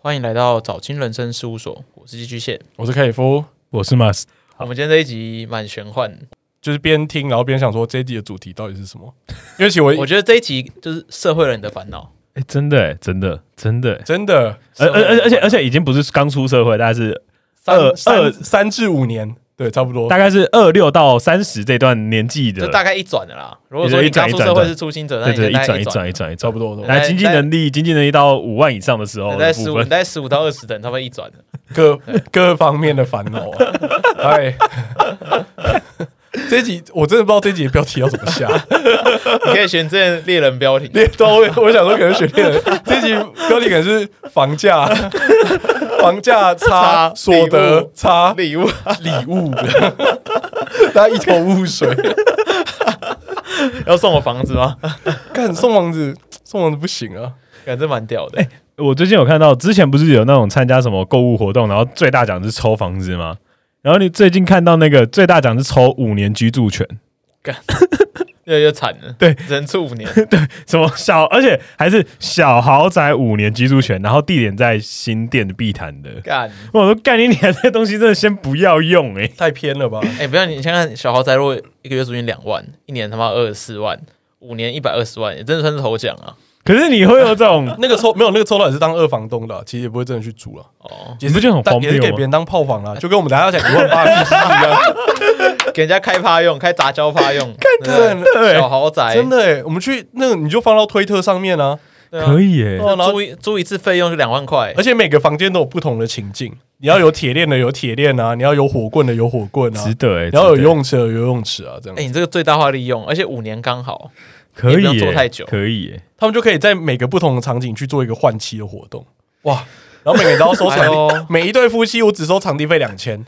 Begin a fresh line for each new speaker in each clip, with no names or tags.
欢迎来到早金人生事务所，我是寄居蟹。
我是凯夫，
我是 Mas，
我们今天这一集蛮玄幻，
就是边听然后边想说这一集的主题到底是什么， 因为其实我
我觉得这一集就是社会人的烦恼。
哎、真的、欸，真的，真的、欸，
真的
而
社会
而
人的
而而且
烦恼
而且已经不是刚出社会，大概是
三
二
三
二
三至五年，对，差不多
大概是二六到三十这段年纪的
就，大概一转的啦。如果
也
说
就
你
一转
刚出
一转
社会
转
是初心者，那
对
你
对，
大概
一转一转
转
一，转一
差
转，
不多差不多
来，经济能力，经济能力到五万以上的时候
你在
的哦部
十五，你
分，
在十五到二十等，差不多一转。
各各方面的烦恼 啊。哎， 这一集我真的不知道这一集的标题要怎么下，
你可以选之前猎人标题，
对，我我想说可能选猎人，这一集标题可能是房价， 房价
差
差所
礼
得
物
差
礼 物，
礼物， 大家一头雾水。
要送我房子吗？
看宋王子，宋王子不行啊。
感觉蛮屌的。
我最近有看到，之前不是有那种参加什么购物活动，然后最大奖是抽房子吗？然后你最近看到那个最大奖是抽五年居住权，
越来越惨了，
对，
只能住五 年，
什么小，而且还是小豪宅五年居住权，然后地点在新店的碧潭的。
干。
我说干你娘，这东西真的先不要用哎、
太偏了吧？
哎，不要你想看小豪宅，如果一个月租金两万，一年他妈二十四万，五年一百二十万，也真的算是头奖啊。
可是你会有种，
那个抽没有那个抽到也是当二房东的啊，其实也不会真的去租了，
哦，
也
你不
是
觉得很
但
荒
也是给
谬
别
啊吗？
人当炮房啦，就跟我们等一下要讲一万八的 故事一样。
给人家开趴用，开杂交趴用，
真的
对小豪宅
真的欸，我们去那个你就放到推特上面啊，
对啊
可以耶、
哦然后
租一租一次费用就两万块
而，且每个房间都有不同的情境，你要有铁链的有铁链啊，你要有火棍的有火棍啊，
值得哎、
你要有游
值得，
泳池的有游泳池啊，这样
哎、你这个最大化利用，而且五年刚好，
可
也不
以、
用
耶
做太久
可以耶、
他们就可以在每个不同的场景去做一个换妻的活动。哇！然后每个人都要收场
哎呦
地，每一对夫妻我只收场地费两千，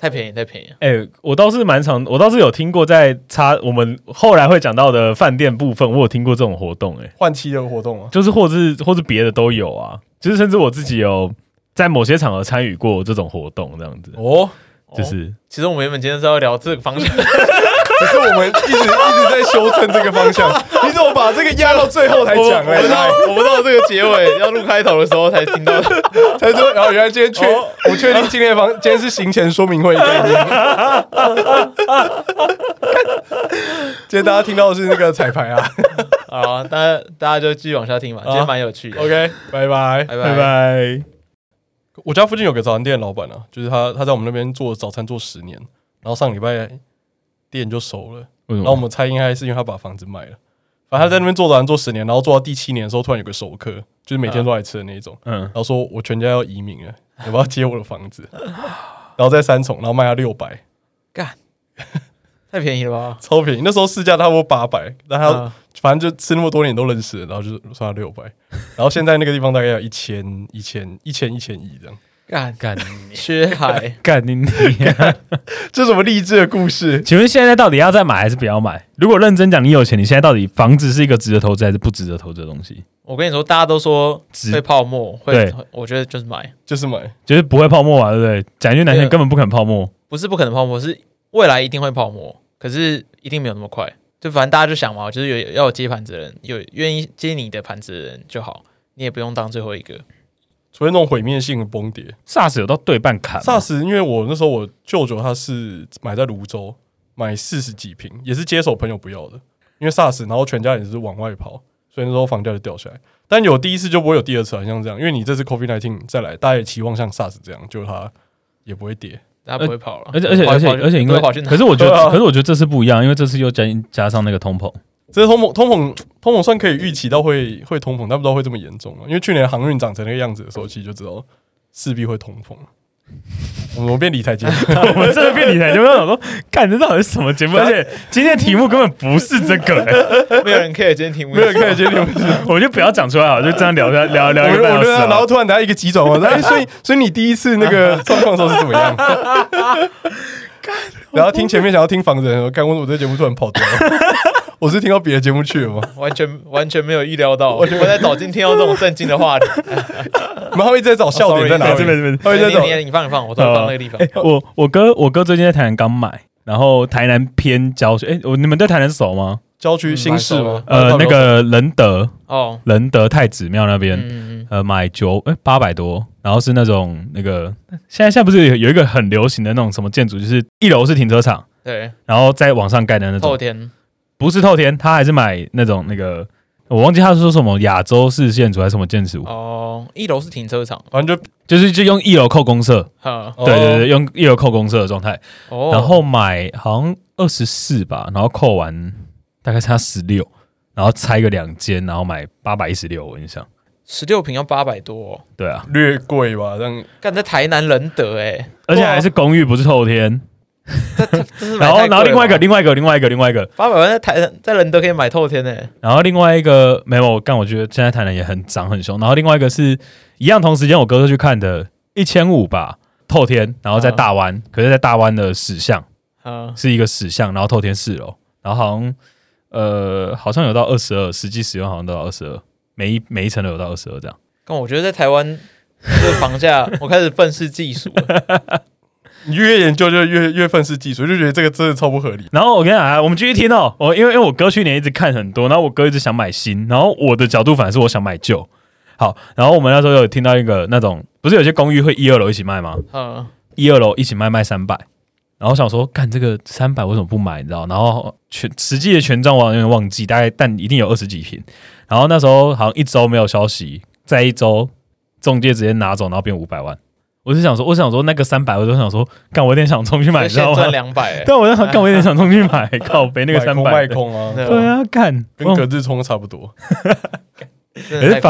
太便宜，太便宜了。
哎、我倒是蛮常，我倒是有听过在差我们后来会讲到的饭店部分，我有听过这种活动、欸，
换妻的活动啊，
就是或是或是别的都有啊，就是甚至我自己有在某些场合参与过这种活动，这样子，
哦，
就是
其实我们原本今天是要聊这个方 向，
只是我们一直一直在修正这个方向。你怎么把这个压到最后才讲
我们
嘞？
到我们到这个结尾要录开头的时候才听 到，
才说，然后原来今天确
哦
我确定今天的 房今天是行前说明会的概念。今天大家听到的是那个彩排啊。
好，大家大家就继续往下听吧，今天蛮有趣的，
OK，拜哦拜。
拜
拜拜。
我家附近有个早餐店的老板啊，就是他他在我们那边做早餐做十年，然后上礼拜店就收了，
为什
然后我？们猜应该是因为他把房子卖了。反正他在那边做早餐做十年，然后做到第七年的时候，突然有个熟客，就是每天都来吃的那一种。
嗯
然，后说我全家要移民了，要不要接我的房子？ 然后在三重，然后卖他六百，
太便宜了吧？
超便宜。那时候市价差不多八百，但他、
啊
反正就吃那么多年都认识了，然后就算他六百。然后现在那个地方大概要一千、一千、一千、一千一这样。
干干缺海，
干你你！
这什么励志的故事？
请问现在到底要再买还是不要买？如果认真讲，你有钱，你现在到底房子是一个值得投资还是不值得投资的东西？
我跟你说，大家都说
值
会泡沫，会
对，
我觉得就是买，
就是买
就是不会泡沫啊，对不对？讲一句难
对
听，根本不可能泡沫。
不是不可能泡沫，是未来一定会泡沫，可是一定没有那么快。就反正大家就想嘛，就是有要有接盘子的人，有愿意接你的盘子的人就好，你也不用当最后一个。
除非那种毁灭性的崩跌。
SARS 有到对半砍吗
SARS，因为我那时候我舅舅他是买在泸州，买四十几平，也是接手朋友不要的，因为 SARS，然后全家也是往外跑，所以那时候房价就掉下来。但有第一次就不会有第二次啊，像这样，因为你这次 COVID nineteen 再来，大家也期望像 SARS 这样，就它也不会跌。
大家不会跑了，
而且而且
跑
而且
跑去
而且因
不
为，
会跑去哪
可是我觉
对啊
得，可是我觉得这次不一样，因为这次又加加上那个通膨，
这通膨通膨通膨算可以预期到会会通膨，但不知道会这么严重啊。因为去年航运涨成那个样子的时候，其实就知道势必会通膨。我们变理财节目，
我们真的变理财节目，我想说，看这到底是什么节目？而且今天的题目根本不是这个、欸，
没有人 care 今天题目，
没有开始接你们
我就不要讲出来好，就这样聊聊聊聊
我
一个半
我
小时
对啊，然后
好了。
突然来一个急转 弯，哎，所以所以你第一次那个状况的时候是怎么样？然后听前面想要听房子的人说，看我怎么这节目突然跑掉了？ 我是听到别的节目去了吗？
完全完全没有预料到，我我在早今听到这种震惊的话题。
我们他会一直在找笑点在哪
这边
里，
这边，
他会一直在
你
找。
你你放一放，我突然放那个地方
哎、。我我哥我哥最近在台南刚买，然后台南偏郊区，哎、我你们对台南熟吗？
郊区新市吗？
呃，
他们
那
有
个仁德
哦，
仁德太子庙那边，
嗯嗯嗯，
呃买九哎八百多，然后是那种那个现在现在不是有有一个很流行的那种什么建筑，就是一楼是停车场，
对，
然后再往上盖的那种
后，天
不是透天，他还是买那种那个我忘记他是说什么亚洲式建筑还是什么建筑，
哦，一楼是停车场，
反正就
就是就用一楼扣公社，
哈，
哦
对对对，用一楼扣公社的状态，
哦，
然后买好像二十四吧，然后扣完大概差十六，然后拆个两间，然后买八百一十六，我印象。
十六平要八百多、哦，
对啊，
略贵吧，这样
干在台南仁德哎、
而且还是公寓，不是透天。
这是买
然后，
太贵
然后另外一个，
了吧
另外一个，另外一个，另外一个，
八百万在台南在仁德可以买透天哎、
然后另外一个没有，我干，我觉得现在台南也很涨很凶。然后另外一个是一样，同时间我哥去看的，一千五吧，透天，然后在大湾，可是在大湾的史巷
啊，
是一个史巷，然后透天四楼，然后好像呃好像有到二十二，实际使用好像都到二十二，每一每一层都有到二十二这样。
但我觉得在台湾这个房价，我开始愤世嫉俗了。
你越研究就越越愤世嫉俗，就觉得这个真的超不合理。
然后我跟你讲啊，我们继续听哦。我因为因为我哥去年一直看很多，然后我哥一直想买新，然后我的角度反而是我想买旧。好，然后我们那时候有听到一个那种，不是有些公寓会一二楼一起卖吗？
嗯，
一二楼一起卖卖三百，然后想说干这个三百为什么不买？你知道？然后全实际的全账我好像有点忘记，大概但一定有二十几平。然后那时候好像一周没有消息，再一周中介直接拿走，然后变五百万。我是想说，我想说那个三百，我就想说，干我有点想冲去买，你知道
现
吗
赚？两百，
但我在想，干我有点想冲去买， 靠北那个
买
三
空
百
卖，空啊，
对
对啊，干
跟隔日冲差不多。
真的太夸
可是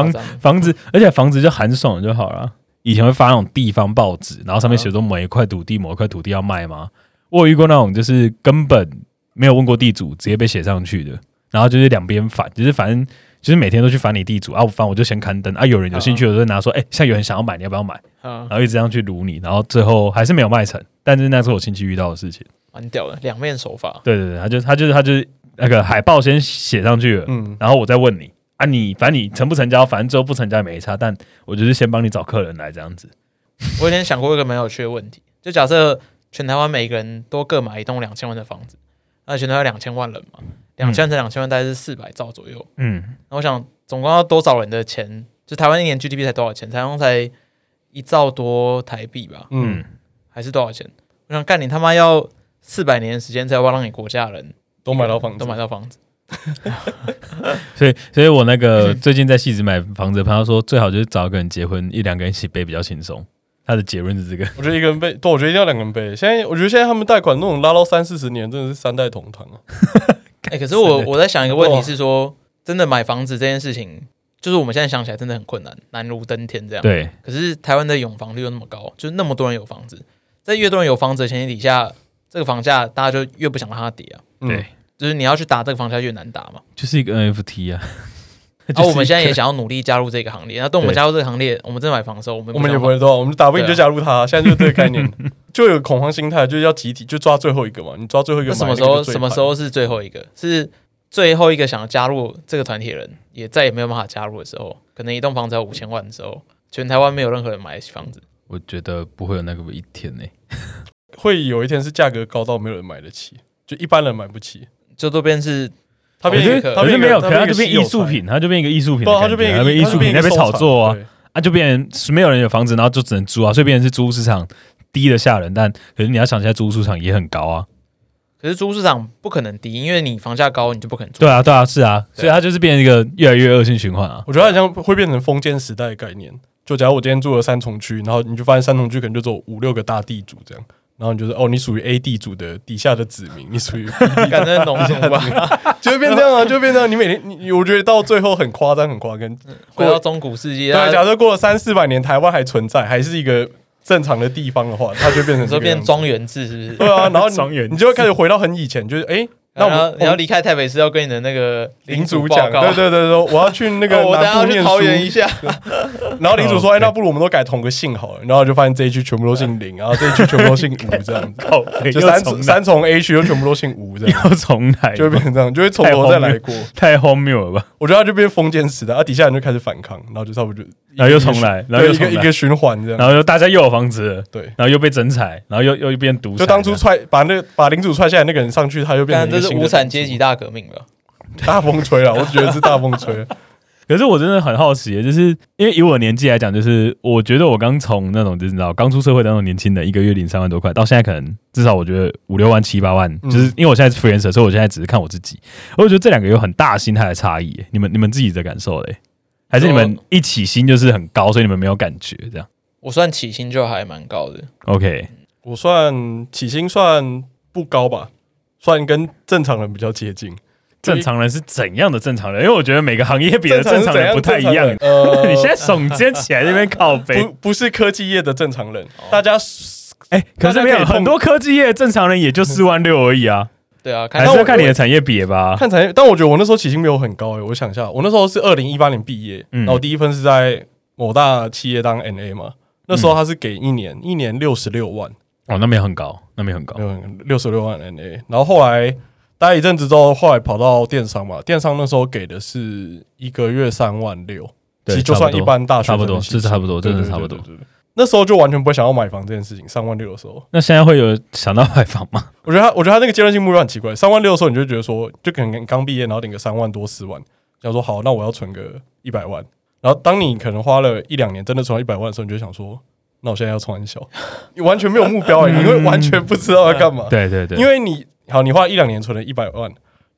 房
张了。
房子， 而且房子就寒爽就好了。以前会发那种地方报纸，然后
嗯
上面写说某一块土地、某一块土地要卖吗？我有遇过那种就是根本没有问过地主，直接被写上去的，然后就是两边反，就是反正就是每天都去烦你地主啊，我反正我就先刊登啊，有人有兴趣我就拿说，哎、现在有人想要买，你要不要买？
嗯，
然后一直这样去撸你，然后最后还是没有卖成，但是那是我亲戚遇到的事情。
蛮屌的，两面手法。
对对对，他就他就是他就是那个海报先写上去了，
嗯，
然后我再问你啊你，反正你成不成交，反正最后不成交也没差，但我就是先帮你找客人来这样子。
我以前想过一个蛮有趣的问题，就假设全台湾每个人都各买一栋两千万的房子，那全台湾两千万人嘛，两千乘两千万大概是四百兆左右。
嗯，
那我想，总共要多少人的钱？就台湾一年 GDP 才多少钱？台湾才一兆多台币吧，
嗯，
还是多少钱？我想干你他妈要四百年的时间才要让你国家的人
都买到房子，
都买到房子，
所以所以我那个最近在戏子买房子的朋友说，最好就是找一个人结婚，一两个人一起背比较轻松。他的结论是这 个，
我觉得一个人背，对，我觉得一定要两个人背。现在我觉得现在他们贷款那种拉到三四十年，真的是三代同堂啊。
哎、可是我我在想一个问
哇
题是说，真的买房子这件事情，就是我们现在想起来真的很困难，难如登天这样。
对，
可是台湾的永房率又那么高，就是那么多人有房子，在越多人有房子的前提底下，这个房价大家就越不想让它跌啊。
嗯
对，
就是你要去打这个房价越难打 嘛。
就是一个 NFT 啊。
然
哦
后我们现在也
想，
想要努力加入这个行列。那等我们
对
加入这个行列，我们真的买房的时候，我们
我们也
想
不会多少，我们打不赢
对
就
啊
加入他。现在就是这个 概念，就有恐慌心态，就是要集体就抓最后一个嘛。你抓最后一个
那什
买，
么时
那
候
个就最
什么
惨
时候是最后一个？是最后一个想要加入这个团体的人，也再也没有办法加入的时候，可能一栋房子要五千万的时候，全台湾没有任何人买得起房子。
我觉得不会有那个一天呢、
会有一天是价格高到没有人买得起，就一般人买不起。
就都变是它
他
我
变
变
一
一
觉
个
个
得可是没有，可是它就变艺术，品，
他
它就变一个艺术品
变一个稀有财
的
对啊，他就变
感觉，
一个
它
他
艺术
就变
品，
一
它
个
被
收
炒
藏
作啊。
对
啊，就变成是没有人有房子，然后就只能租啊，所以变成是租屋市场低的吓人。但可是你要想，现在租屋市场也很高啊。
可是租屋市场不可能低，因为你房价高，你就不可能租。
对啊，对啊，是啊，
对啊
所以它就是变成一个越来越恶性循环啊。
我觉得它好像会变成封建时代的概念。就假如我今天住了三重区，然后你就发现三重区可能就走五六个大地主这样，然后你就是哦，你属于 A 地主的底下的子民， 你属于
感觉农奴吧，
就会变这样啊，就会变这样。你每天你你我觉得到最后很夸张，很夸张。
回到中古世纪，
对，啊
大
假
家
设过了三四百年，台湾还存在，还是一个正常的地方的话，它就变成
你
这
说
个样
变
子。
庄园制是不是？
啊对啊，然后
庄园
你你就会开始回到很以前，就是哎、诶那我
然后
们
你要
我们
离开台北市，要跟你的那个
领主
报
讲，
告。
对 对对对，我要去那
哦
个
我等下
南
要
部
去
念
桃园一
书，
下。
然后领主说，
哦
哎、那不如我们都改同个姓好了，然后就发现这一区全部都 姓林，然后这一区全部都姓吴这样子，
靠，
就
又
三
重来，
三重 A 区就全部都姓吴这 样。
又重来，
就会变成这样，就会从头再来过。
太荒谬了吧？
我觉得它就变封建时代，啊，底下人就开始反抗，然后就差不多就，
然后又重来，然
对
后
一
又
个
重
一
来
个，循环这样。
然后又大家又有房子了，
对，
然后又被整踩，然后又又变独裁。
就当初踹把那个把领主踹下来那个人上去，他就变
看，
成一
这是
个新的
无产
领主
阶级大革命了。
大风吹了，我觉得是大风吹了。
可是我真的很好奇，就是因为以我年纪来讲，就是我觉得我刚从那种就是你知道刚出社会的那种年轻人，一个月领三万多块，到现在可能至少我觉得五六万七八万，
嗯
就是因为我现在是 freelancer，所以我现在只是看我自己。我觉得这两个有很大心态的差异耶，你们你们自己的感受嘞，还是你们一起薪就是很高，所以你们没有感觉这样
我算起薪就还蛮高的，
？OK，
我算起薪算不高吧，算跟正常人比较接 近。
正常人是怎样的正常人？因为我觉得每个行业别的正常人不太一样。
正常人呃
你现在耸肩起来那边靠背，
不不是科技业的正常人，
哦
大家
哎、可是没
大家可
有
以碰
很多科技业正常人也就四万六而已啊，
对啊，看
还
到
是
我
要看你的产业比吧。
看产业，但我觉得我那时候起薪没有很高诶、欸我想一下，我那时候是二零一八年毕业，
嗯
然后我第一份是在某大企业当 NA 嘛，那时候他是给一年，一年六十六万，
哦，那没有很高，那没有很高。
六六十六万 NA，然后后来待一阵子之后，后来跑到电商嘛，电商那时候给的是一个月三万六，其
对
实就算一般大学
差不
生
多，
的
这
薪水
是差不多，
对
真的
对
是差不多
对。对对对那时候就完全不会想要买房这件事情，三万六的时候，
那现在会有想到买房吗？
我觉得他，我觉得他那个阶段性目标很奇怪。三万六的时候，你就觉得说，就可能刚毕业，然后领个三万多、四万，想说好，那我要存个一百万。然后当你可能花了一两年，真的存到一百万的时候，你就想说，那我现在要存很小，你完全没有目标哎、你会完全不知道要干嘛。
对嗯对对，
因为你好，你花一两年存了一百万，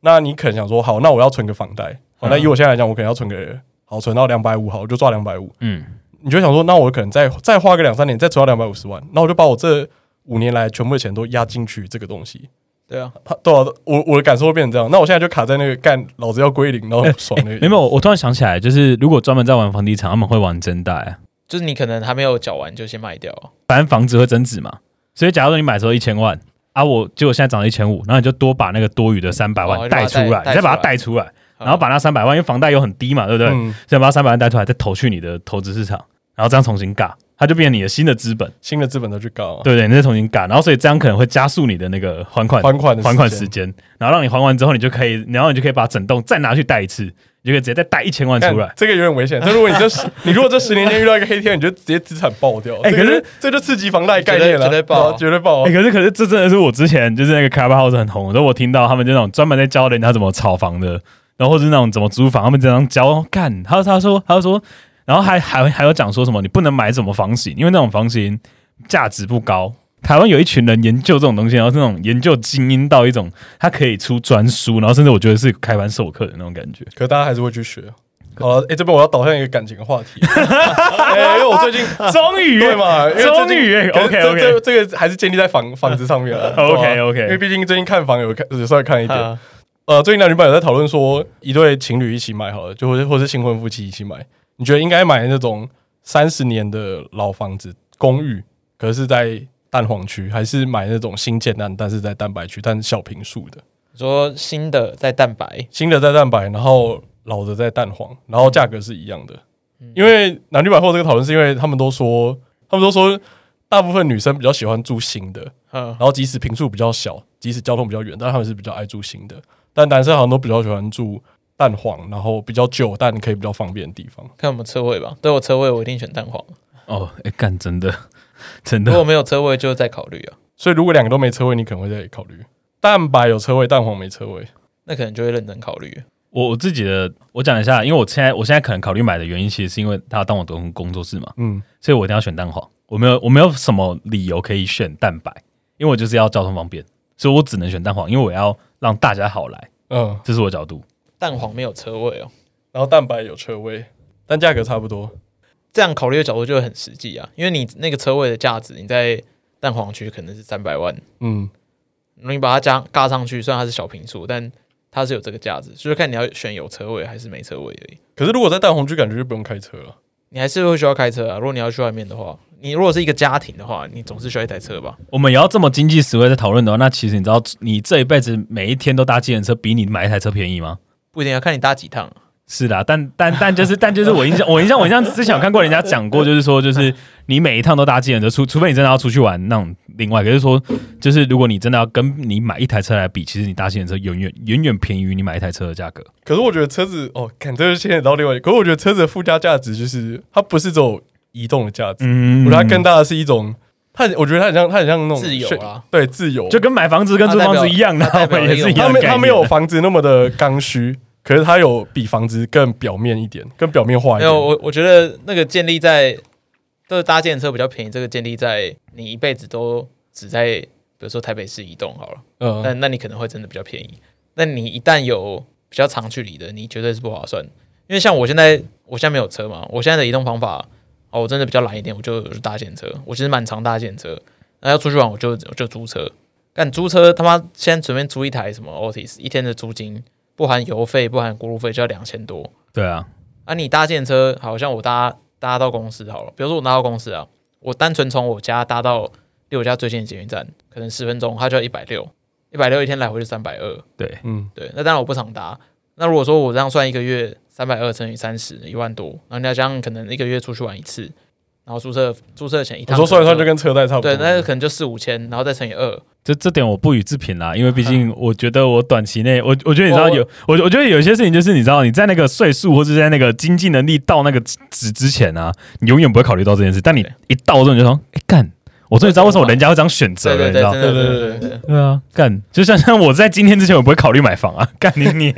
那你可能想说，好，那我要存个房贷。好，那以我现在来讲，我可能要存个好存到两百五，好，我就抓两百五。
嗯，
你就想说，那我可能再再花个两三年，再存到两百五十万，那我就把我这五年来全部的钱都压进去这个东西。
对啊，
他对啊，我我的感受会变成这样。那我现在就卡在那个干，老子要归零，然后很不爽那个。
没有，我突然想起来，就是如果专门在玩房地产，他们会玩增贷啊，
就是你可能还没有缴完就先卖掉啊，
反正房子会增值嘛。所以假如说你买的时候一千万啊，我结果现在涨到一千五，然后你就多把那个多余的三百
哦
万
就把它
带出来，
带
你再把它
带嗯
带出来， 然后把那三百万，因为房贷又很低嘛，对不对？
嗯，
所以把三百万带出来，再投去你的投资市场，然后这样重新尬，它就变成你的新的资本，
新的资本再去搞啊
对不对？你再重新尬，然后所以这样可能会加速你的那个还款
还款的
还款时
时间。
间，然后让你还完之后，你就可以，然后你就可以把整栋再拿去贷一次，你就可以直接再贷一千万
干
出来。
这个有点危险。这如果你这十，你如果这十年间遇到一个黑天，你就直接资产爆掉。
哎
这个
可是
这就刺激房贷概念了，
绝对绝对爆啊
对啊绝对爆啊
哎、。可是可是这真的是我之前就是那个 Clubhouse 很红，然后我听到他们就那种专门在教人家怎么炒房的，然后或者是那种怎么租房，他们这样教干。他他说他说，然后还还还有讲说什么你不能买什么房型，因为那种房型价值不高。台湾有一群人研究这种东西，然后是那种研究精英到一种，他可以出专书，然后甚至我觉得是开班授课的那种感觉。
可大家还是会去学。好了，哎，这边我要导向一个感情的话题， 哎因为我最近
终于
对嘛，因为最近
终于哎
可是
OK
这
OK
这这个还是建立在房房子上面了
OK，OK
对啊因为毕竟最近看房有看有稍微看一点，
啊
呃，最近男女版有在讨论说，一对情侣一起买好了，就或者或是新婚夫妻一起买，你觉得应该买那种三十年的老房子公寓，可是在蛋黄区，还是买那种新建案，但是在蛋白区，但是小平数的，
你 说新的在蛋白，
新的在蛋白，然后老的在蛋黄，然后价格是一样的。因为男女版后这个讨论是因为他们都说，他们都说大部分女生比较喜欢住新的，
嗯，
然后即使平数比较小，即使交通比较远，但他们是比较爱住新的。但男生好像都比较喜欢住蛋黄，然后比较旧，但可以比较方便的地方。
看有没有车位吧。对我车位，我一定选蛋黄。
哦，哎、干真的真
如
的
果没有车位，就再考虑啊。
所以如果两个都没车位，你可能会再考虑蛋白有车位，蛋黄没车位。
那可能就会认真考虑。
我我自己的，我讲一下，因为我现在我现在可能考虑买的原因，其实是因为它要当我的工作室嘛，
嗯，
所以我一定要选蛋黄。我没有我没有什么理由可以选蛋白，因为我就是要交通方便，所以我只能选蛋黄，因为我要让大家好来，
嗯，
这是我的角度。
蛋黄没有车位哦，
然后蛋白有车位，但价格差不多。
这样考虑的角度就会很实际啊。因为你那个车位的价值，你在蛋黄区可能是三百万，
嗯，
你把它加尬上去，虽然它是小平数，但它是有这个价值，就是看你要选有车位还是没车位而已。
可是如果在蛋黄区，感觉就不用开车了。
你还是会需要开车啊。如果你要去外面的话，你如果是一个家庭的话，你总是需要一台车吧？
我们也要这么经济实惠在讨论的话，那其实你知道，你这一辈子每一天都搭计程车，比你买一台车便宜吗？
不一定要看你搭几趟。
是啦，但但但就是但就是我印象我印象我印象之前有看过人家讲过，就是说就是你每一趟都搭计程车，除除非你真的要出去玩那种另外，可是说就是如果你真的要跟你买一台车来比，其实你搭计程车远远远远便宜于你买一台车的价格。
可是我觉得车子哦，看这就牵扯到另外一个。可是我觉得车子的附加价值就是它不是只有移动的价值，
嗯
我觉得它更大的是一种，它很我觉得它很像它很像那种
自由
炫
啦，
对自由，
就跟买房子跟租房子一样的，啊
它代
我
表
们也是一
他
样的
没
概念
他没有房子那么的刚需， 可是它有比房子更表面一点，更表面化一
没有，
点。
我我觉得那个建立在，就是搭建车比较便宜，这个建立在你一辈子都只在，比如说台北市移动好了，那
嗯，
那你可能会真的比较便宜。那你一旦有比较长距离的，你绝对是不划算的。因为像我现在，我现在没有车嘛，我现在的移动方法，哦，我真的比较懒一点，我就我就搭建车，我其实蛮常搭建车。那要出去玩，我就我就租车。但租车他妈现在随便租一台什么 Otis，一天的租金不含油费、不含过路费就要两千多。
对啊，
啊，你搭建车，好像我搭搭到公司好了，比如说我搭到公司啊，我单纯从我家搭到离我家最近的捷运站，可能十分钟，它就要一百六，一百六一天来回就三百二，
对，
嗯，
对，那当然我不常搭。那如果说我这样算一个月三百二乘以三十，一万多，然后你要加上可能一个月出去玩一次，然后注册注册钱一
我
趟，
说算一算就跟车贷差不多。
对，那可能就四五千，然后再乘以二，
这这点我不予置评啦，因为毕竟我觉得我短期内，我我觉得你知道有，我我觉得有些事情就是你知道你在那个岁数或者在那个经济能力到那个值之前啊，你永远不会考虑到这件事，但你
对
一到之后你就说，哎干，我终于知道为什么人家会这样选择
对对
了，你知
对，
道
真。的
对
对
对对
对对对，
对啊，干，就像像我在今天之前，我不会考虑买房啊， 干你你，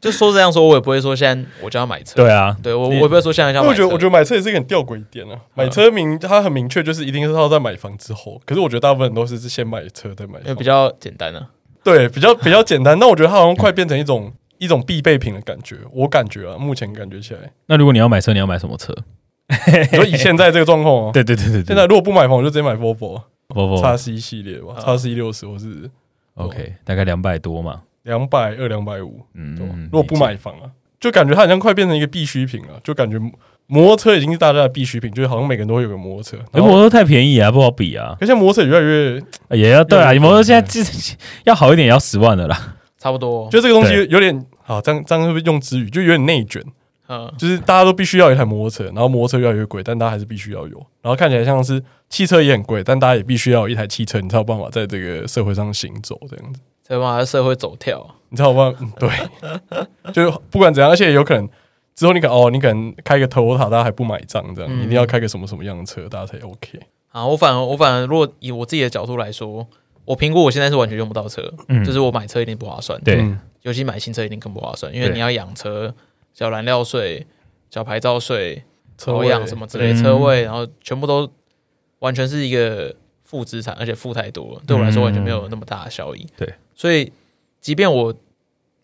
就说这样说，我也不会说现在我就要买车，
对啊，
对我我也不会说现在要
因
买
为
车，嗯
我觉得，我觉得买车也是一个很吊诡一点啊。买车明它很明确，就是一定是要在买房之后。可是我觉得大部分人都是先买车再买
因为
房
比，较简单啊。
对，比较比较简单。但我觉得它好像快变成一种 一种必备品的感觉。我感觉啊，目前感觉 起来，
那如果你要买车，你要买什么车？
所以以现在这个状况哦，
对哦对对对
现
对，
在如果不买房，我就直接买 Volvo
不不
叉 C 系列
哦
吧，叉 C 六十或是
，OK，大概两百多嘛，
两百二、两百五。对吧
嗯，
如果不
理解
买房啊，就感觉它好像快变成一个必需品了，就感觉摩摩托车已经是大家的必需品，就是好像每个人都会有个摩托车。
哎，
然
摩
后，
托太便宜啊，不好比啊，
可现在摩托车也越来越，
也要对啊，
越来越
摩托现在自要好一点也要十万的啦。
差不多。啊
就这个东西
哦对
有点好，这样这样会不会用词语就有点内卷？
嗯，
就是大家都必须要有一台摩托车，然后摩托车越来越贵，但大家还是必须要有。然后看起来像是汽车也很贵，但大家也必须要有一台汽车，你才有办法在这个社会上行走这样子。
才把社会走跳。
你知道吗？嗯对，就是不管怎样，而且有可能之后你可能哦，你可能开个 Toyota，大家还不买账，这样、
嗯
一定要开个什么什么样的车，大家才 OK。
啊，我反而我反而，如果以我自己的角度来说，我评估我现在是完全用不到车，
嗯，
就是我买车一定不划算，
对
嗯
尤其买新车一定更不划算，因为
对
你要养车、缴燃料税、缴牌照税、
车
保
位
养什么之类，
嗯
车位，然后全部都完全是一个负资产，而且负太多了，对我来说完全没有那么大的效益。
嗯对，
所以即便我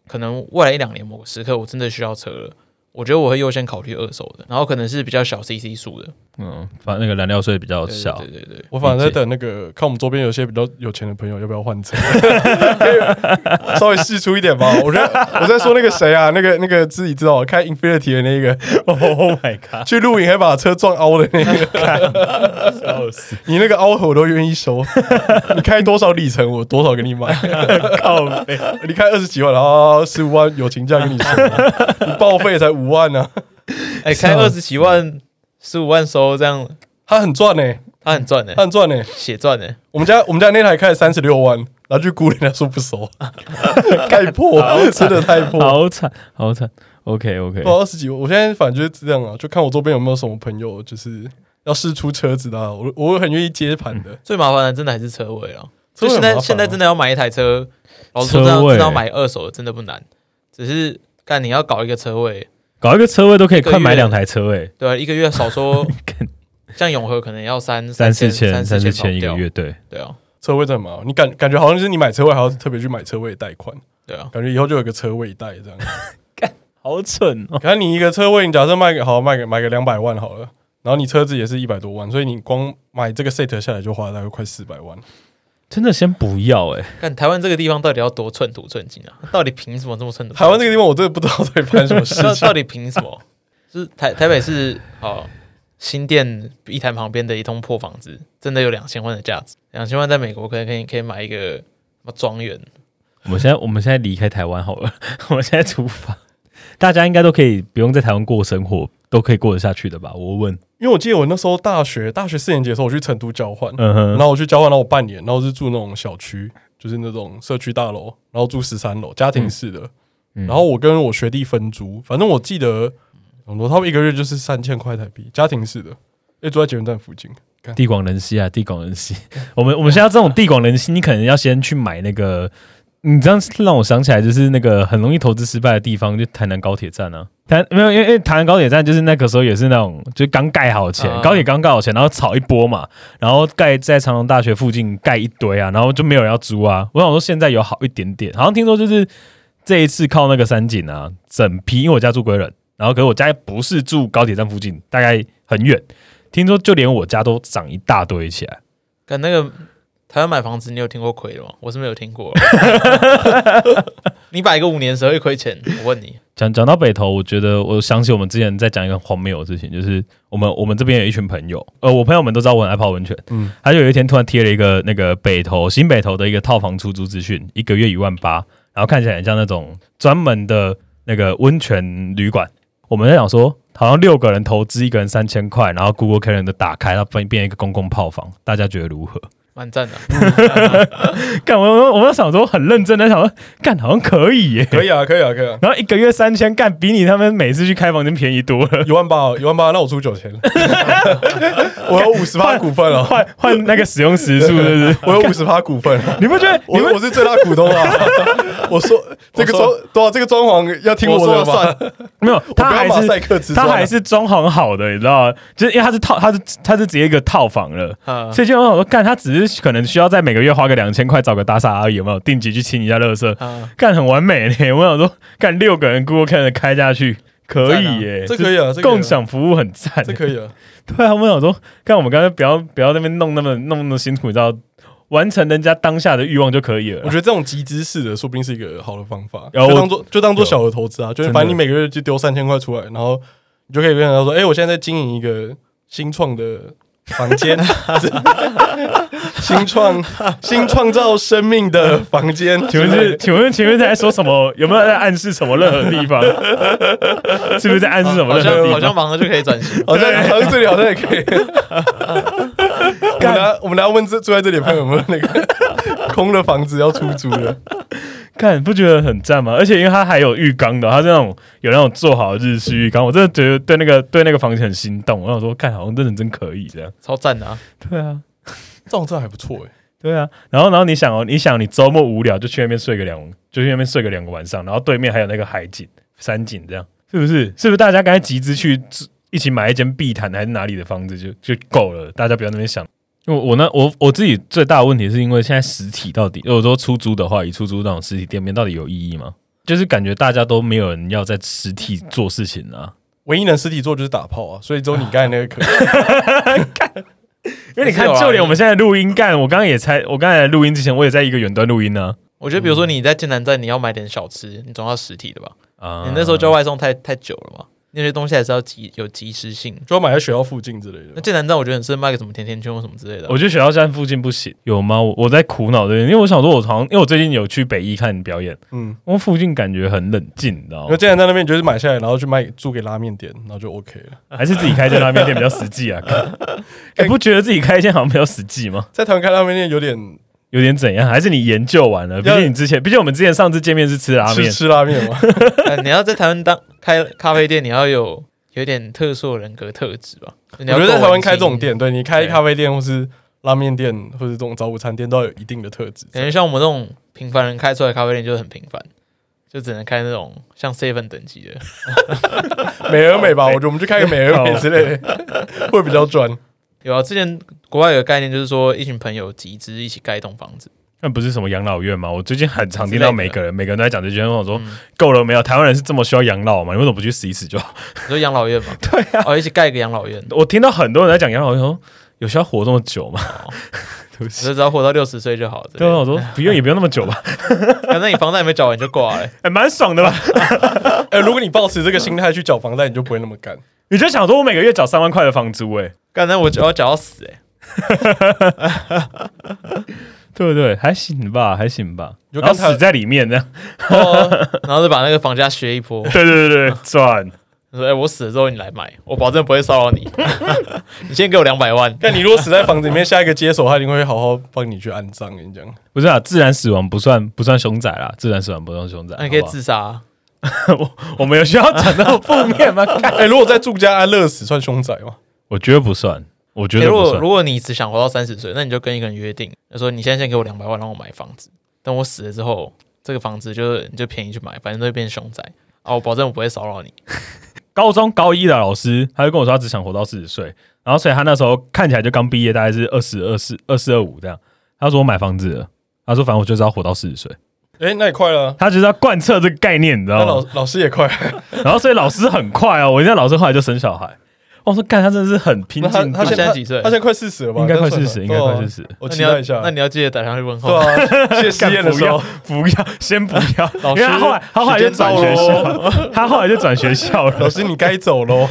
可能未来一两年某个时刻我真的需要车了，我觉得我会优先考虑二手的，然后可能是比较小 CC 数的，
嗯，反正那个燃料税比较
对对
少
对，对对。
我反正在
理解
等那个，看我们周边有些比较有钱的朋友要不要换车，可以 稍微试出一点吧。我在我在说那个谁啊，那个那个自己知道开 Infinity 的那个，
Oh my god！
去露营还把车撞凹的那个，
笑死，
你那个凹头我都愿意收。 你开多少里程，我多少给 你买。
靠背，
你开二十几万，然后十五万友情价跟你收，啊你报废才五万呢、啊，
哎、开二十几万、十五万收这样，
他很赚呢、
他很赚的、欸
他很赚呢、
血赚欸的、
我们家我们家那台开了三十六万，然后去估人家说不收， 太破，真的太破。
好惨，好惨。OK OK，
不二十几万，我现在反正就是这样啊，就看我周边有没有什么朋友就是要试出车子的、啊，我我很愿意接盘的。
最麻烦的真的还是车位啊。
车
就嗯现
位很麻
在
烦
现在
啊
真的要买一台车，老实说，真
车
的
位
真的要买二手的真的不难，只是看你要搞一个车位，
搞一个车位都可以
一个
快买
月
两台车哎位，
对、啊，一个月少说
干，
像永和可能要三
三四
四
千、
三
三四
跑
千一
不
个
掉
月，对，
对啊，
车位真的很麻烦，你感感觉好像就是你买车位还要特别去买车位贷款，
对啊，
感觉以后就有个车位贷这样。
好蠢哦。
可能你一个车位，你假设卖个好卖个买个两百万好了，然后你车子也是一百多万，所以你光买这个 set 下来就花了大概快四百万。
真的先不要哎，
看台湾这个地方到底要多寸土寸金啊？到底凭什么这么寸土寸金？
台湾这个地方我真的不知道在发生什么事
到
情
到。底凭什么？就是台台北市哦，新店一潭旁边的一栋破房子，真的有两千万的价值。两千万在美国可以可以可以买一个什么庄园，
我们现在我们现在离开台湾好了， 我们现在出发，大家应该都可以不用在台湾过生活，都可以过得下去的吧？我问，
因为我记得我那时候大学大学四年级的时候，我去成都交换，
嗯
然
哼，
后我去交换，然后我半年，然后我是住那种小区，就是那种社区大楼，然后住十三楼家庭式的，
嗯
然后我跟我学弟分租，反正我记得很多，他们一个月就是三千块台币，家庭式的，也住在捷运站附近。
地 广人稀啊，地广人稀。我们我们现在这种地广人稀，你可能要先去买那个你这样让我想起来，就是那个很容易投资失败的地方，就台南高铁站啊。台没有，因为因为台南高铁站就是那个时候也是那种，就刚盖好前，
啊
高铁刚盖好前，然后炒一波嘛，然后盖在长隆大学附近盖一堆啊，然后就没有人要租啊。我想说现在有好一点点，好像听说就是这一次靠那个山景啊，整批，因为我家住归仁，然后可是我家不是住高铁站附近，大概很远，听说就连我家都涨一大堆起来。
跟那个台湾买房子，你有听过亏的吗？我是没有听过。啊 你摆一个五年谁会亏钱？我问你，
讲讲到北投，我觉得我想起我们之前在讲一个很荒谬的事情，就是我们我们这边有一群朋友，呃，我朋友们都知道我很爱泡温泉，
嗯
嗯，他就有一天突然贴了一个那个北投新北投的一个套房出租资讯，一个月一万八，然后看起来很像那种专门的那个温泉旅馆。我们在想说，好像六个人投资，一个人三千块，然后 Google Calendar 打开，它变变一个公共泡房，大家觉得如何？
蛮赞的。
干，我我我在想说，很认真的想说，干好像可以耶、
可以啊，可以啊，可以啊，
然后一个月三千，干比你他们每次去开房间便宜多了。
一万八哦，一万八，那我出九千，我有五十趴股份哦，
换换那个使用时数，是不是？
我有五十趴股份，哦
你不觉得？
我
你
我
们
是最大股东啊！ 我说这个装多少这个装潢要听
我
的
说了
吧？
算，
没有？他
不要马
还
赛
是
克瓷砖
他
啊
还是装潢好的，你知道吗？就是因为他是套，他是他是直接一个套房了。
啊
所以就我想说，干他只是可能需要在每个月花个两千块找个打扫阿姨，有没有定期去清一下垃圾？
啊，
干很完美呢。我想说，干六个人 Google Calendar 开下去可
赞啊
以耶，
这可以啊，这可以啊
共，享服务很赞，
这可以啊，
对啊，我想说，看我们刚才不要不要那边弄那么弄那么辛苦，你知道，完成人家当下的欲望就可以了
我
啦。
觉得这种集资式的，说不定是一个好的方法，
然后
就
我
当做就当做小额投资啊，就是
真的
反正你每个月就丢三千块出来，然后你就可以跟人家说，哎，我现在在经营一个新创的房间， 新创新创造生命的房间，
请问是 请问请问在说什么？有没有在暗示什么任何地方？是不是在暗示什么
好
任何
像
地
好像
方？
忙了就可以转 型。
好像好像这里好像也 可以。我们来我们来问这住在这里的朋友有没有那个 空的房子要出租的？
看不觉得很赞吗？而且因为它还有浴缸的，它是那种有那种做好的日式浴缸，我真的觉得对那个对那个房间很心动。我想说，看好像真的真可以这样。
超赞的啊！
对啊，
这种真的还不错哎、
对啊。然后然后你想哦，你想你周末无聊就去那边睡个两，就去那边睡个两个晚上，然后对面还有那个海景山景这样。是不是？是不是大家刚才集资去一起买一间碧潭还是哪里的房子就就够了？大家不要那边想。因为我那我我自己最大的问题是因为现在实体到底，我说出租的话，以出租那种实体店面到底有意义吗？就是感觉大家都没有人要在实体做事情啊，
唯一能实体做就是打炮啊，所以只有你刚才那个 可以。
因为你
还是
看
有，啦啊
就连我们现在录音干，我刚刚也才，我刚才录音之前，我也在一个远端录音啊呢、
我觉得，比
嗯
如说你在剑南站，你要买点小吃，你总要实体的吧？
啊。
你那
嗯
时候叫外送太太久了嘛，那些东西还是要及有及时性。
就要买在学校附近之类
那
的。
剑南站，我觉得你是卖个什么甜甜圈或什么之类的啊。
我觉得学校站附近不行，有吗？我我在苦恼这件事，因为我想说，我好像因为我最近有去北艺看表演，
嗯，
我附近感觉很冷静，你知道
因
吗
为？既然在那边，你就是买下来，然后去卖租给拉面店，然后就 OK 了。
还是自己开一间拉面店比较实际啊？你、不觉得自己开一间好像比较实际吗？
在台湾开拉面店有点
有点怎样？还是你研究完了？毕
要
竟你之前，毕竟我们之前上次见面是吃拉
吃
面，
吃拉面 嘛，
呃你要在台湾当开咖啡店，你要有有点特殊的人格特质吧？我
我觉得在台湾开这种，店，对你开咖啡店或是拉面店或是这种早午餐店，都要有一定的特质。
感觉像我们这种平凡人开出来的咖啡店就是很平凡，就只能开那种像 seven 等级的。
美而美吧，我觉得我们去开个美而美之类的， 会比较赚。
有啊，之前国外有个概念就是说，一群朋友集资一起盖一栋房子，
那不是什么养老院吗？我最近很常听
之类
到
的
每个人，每个人都在讲这句话，我说够了没有？台湾人是这么需要养老吗？你为什么不去死一死就好？
你说养老院 嘛？对啊，哦，一起盖一个养老院，
我听到很多人在讲养老院，我说有需要活这么久吗？对不
只
起，
是只要活到六十岁就好。
对
对，
啊，我说不用也不用那么久吧，
反正你房贷没缴完就挂了、
还蛮爽的吧？
哎，如果你抱持这个心态去缴房贷，你就不会那么干。
你就想说我每个月缴三万块的房租、欸，
干那我就要缴到死哎、
对不对？还行吧，还行吧。
就
然
刚
后
才
死在里面这样，
哦然后就把那个房价削一波。
对对对对，赚。
你说哎、我死了之后你来买，我保证不会骚扰你。你先给我两百万，
但你如果死在房子里面，下一个接手他一定会好好帮你去安葬。跟你讲，
不是啊，自然死亡不算不算凶宅啦，自然死亡不算凶宅。
那你可以
好不好
自杀、啊。
我们有需要讲到负面 吗？干
哎，如果在住家安乐死算凶宅吗？
我觉得不算，我觉
欸
得
如
不
果
算。
如果你只想活到三十岁，那你就跟一个人约定，就说你现在先给我两百万让我买房子，等我死了之后，这个房子就是你就便宜去买，反正都会变凶宅啊！我保证我不会骚扰你。
高中高一的老师，他就跟我说他只想活到四十岁，然后所以他那时候看起来就刚毕业，大概是二十二、四、二四、二五这样。他说我买房子了，他说反正我就是要活到四十岁，
哎，那也快了啊，
他就是要贯彻这个概念，你知
那
道
老
吗？
老师也快了，
然后所以老师很快哦，我印象老师后来就生小孩。我说干，他真的是很拼
那
劲
他他
度，
现
现
在几岁
他现在快四十了吧？
应该快
这样
四
算
十，
吧
应该快四，
对啊
十。
我
那
期
你要
待一下。
那你要记得打上去问
对
候。
啊，谢实验的
干不
时
要
候，
不要， 先不 要。
老师
因为他后来，他后来就
时间到
转
了
学
哦
校， 他后来就转学校了。
老师你该走 喽。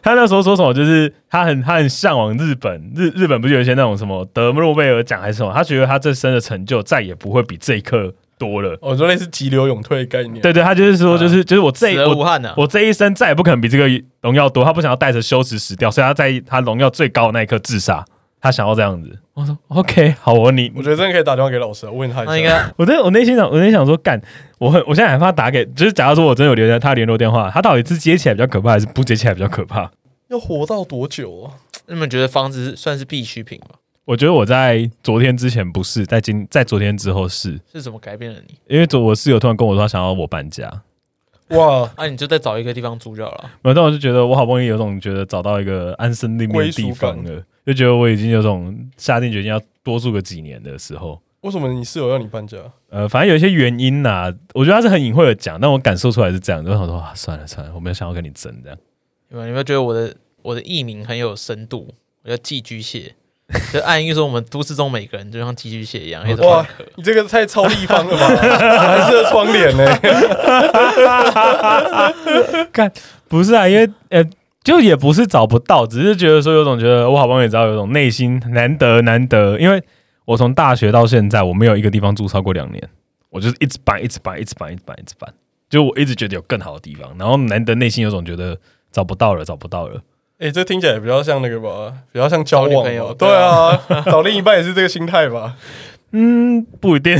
他那时候说什么？就是他很他很向往日本，日日本不是有一些那种什么得诺贝尔奖还是什么？他觉得他这生的成就再也不会比这一刻多了。
我说哦类似急流勇退的概念，
对对，他就是说，就是就是我这
死
一
而无
我
憾呐、啊！
我这一生再也不可能比这个荣耀多。他不想要带着羞耻死掉，所以他在他荣耀最高的那一刻自杀。他想要这样子。我说 OK，好，我你
我觉得真的可以打电话给老师啊问他一下。
那应该
我在我内心想，我内心想说，干，我很我现在很怕打给，就是假如说我真的有留下他联络电话，他到底是接起来比较可怕，还是不接起来比较可怕？
要活到多久啊？
你们觉得房子算是必需品吗？
我觉得我在昨天之前不是，在今在昨天之后是，
是怎么改变了你？
因为昨我室友突然跟我说他想要我搬家，
哇，
啊，你就再找一个地方住就好了。
然后但我就觉得我好不容易有种觉得找到一个安身立命的地方
归
了，就觉得我已经有种下定决心要多住个几年的时候。
为什么你室友要你搬家？
呃，反正有一些原因呐、我觉得他是很隐晦的讲，但我感受出来是这样，就想说啊，算了算了，我没有想要跟你争这样。
你们有没有觉得我的我的艺名很有深度？我叫寄居蟹，就暗喻说我们都市中每个人就像寄居蟹一样，一直
哇
换壳。
你这个太超立方了吧？ 蓝色窗帘呢、
不是啊，因为呃，就也不是找不到，只是觉得说有种觉得我好不容易找到有种内心难得难得，因为我从大学到现在，我没有一个地方住超过两年，我就是一直搬，一直搬，一直搬，一直搬，一直搬，就我一直觉得有更好的地方，然后难得内心有种觉得找不到了，找不到了。
哎、这听起来比较像那个吧，比较像交
找
往
女朋友
吧。对啊，找另一半也是这个心态吧。
嗯，不一定。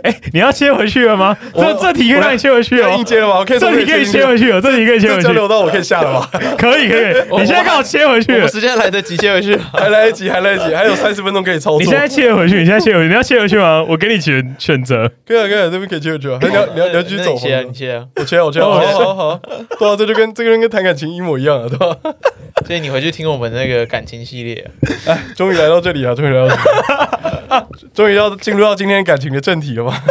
哎、你要切回去了吗？
我
这这题可以让你切回去
要
哦
硬。接了吧？我可以，
这题可以切回去哦，这题可以切
这
回去
交，流到我可以下了吧？
可以可以。
我
你现在刚好切回去
我
了
们，时间来得及，切回去。
还来得及，还来得及，还有三十分钟可以操作。
你现在切回去，你现在切回去，你要切回去吗？我给你选选择。
可以啊，可以啊，这边可以接回去啊。 还是你要你要你要继续
那
走
你切啊，
吗
你？切啊。
我切啊，我切
哦
啊，好好好好，对啊，这就跟这个跟谈感情一模一样啊，对吧？
所以你回去听我们那个感情系列，啊
终于来到这里了，终于来到这里，终于要进入到今天感情的正题了吧？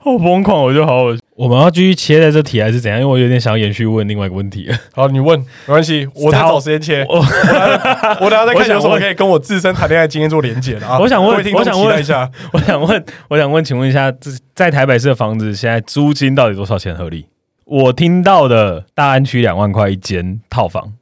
好疯狂，我就好好。我们要继续切在这题还是怎样？因为我有点想要延续问另外一个问题。
好，你问，没关系，我再找时间切。
我
我等下再
我
看
想
有什么
问
可以跟我自身谈恋爱经验做连结的啊！
我想问
各位听众
我想问
期待一下，
我想问，我想问，请问一下，这在台北市的房子现在租金到底多少钱合理？我听到的大安区两万块一间套房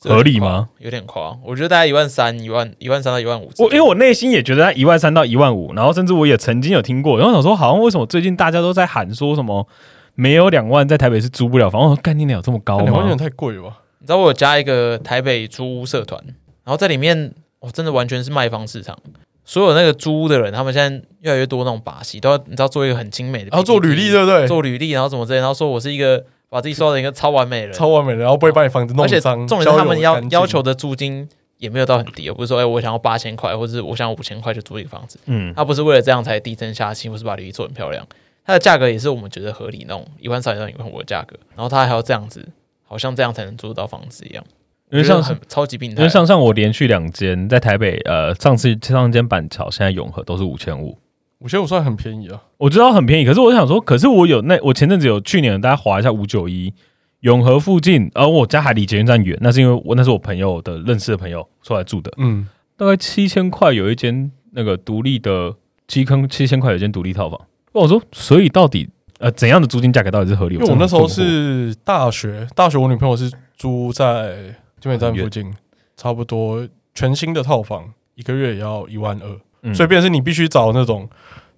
合理吗？
有点夸，我觉得大概一万三、一万、一万三到一万五之间。
我因为我内心也觉得一万三到一万五，然后甚至我也曾经有听过，然后想说好像为什么最近大家都在喊说什么没有两万在台北市租不了房？我说干你有这么高
哎
两万元
吗？
太贵了吧？
你知道我有加一个台北租屋社团，然后在里面，我真的完全是卖方市场。所有那个租屋的人，他们现在越来越多那种把戏，都要你知道做一个很精美的 PPT，
然啊后做履历对不对？
做履历，然后怎么之类，然后说我是一个把自己说成一个超完美的人，
超完美的，然后不会把你房子弄
而且
脏，
重点是他们
交
要
友干净
要求的租金也没有到很低，而不是说哎、我想要八千块，或者是我想要五千块就租一个房子，
嗯，
他不是为了这样才低声下气，或是把履历做很漂亮，它的价格也是我们觉得合理那种一万三到一万五的价格，然后他还要这样子，好像这样才能租到房子一样，
因为
我觉
像
得很超级病
因
态
为。上上我连续两间在台北，呃，上次上间板桥，现在永和都是五千五，
五千五算很便宜啊，
我知道很便宜，可是我想说，可是我有那我前阵子有去年大家划一下五九一永和附近，而、我家还离捷运站远，那是因为我那是我朋友的认识的朋友出来住的，
嗯，
大概七千块有一间那个独立的七坑七千块有一间独立套房，我说所以到底呃怎样的租金价格到底是合理？
因为我
真的
那时候
很困惑
是大学，大学我女朋友是租在金美站附近，差不多全新的套房，一个月也要一万二，
嗯
所以便是你必须找那种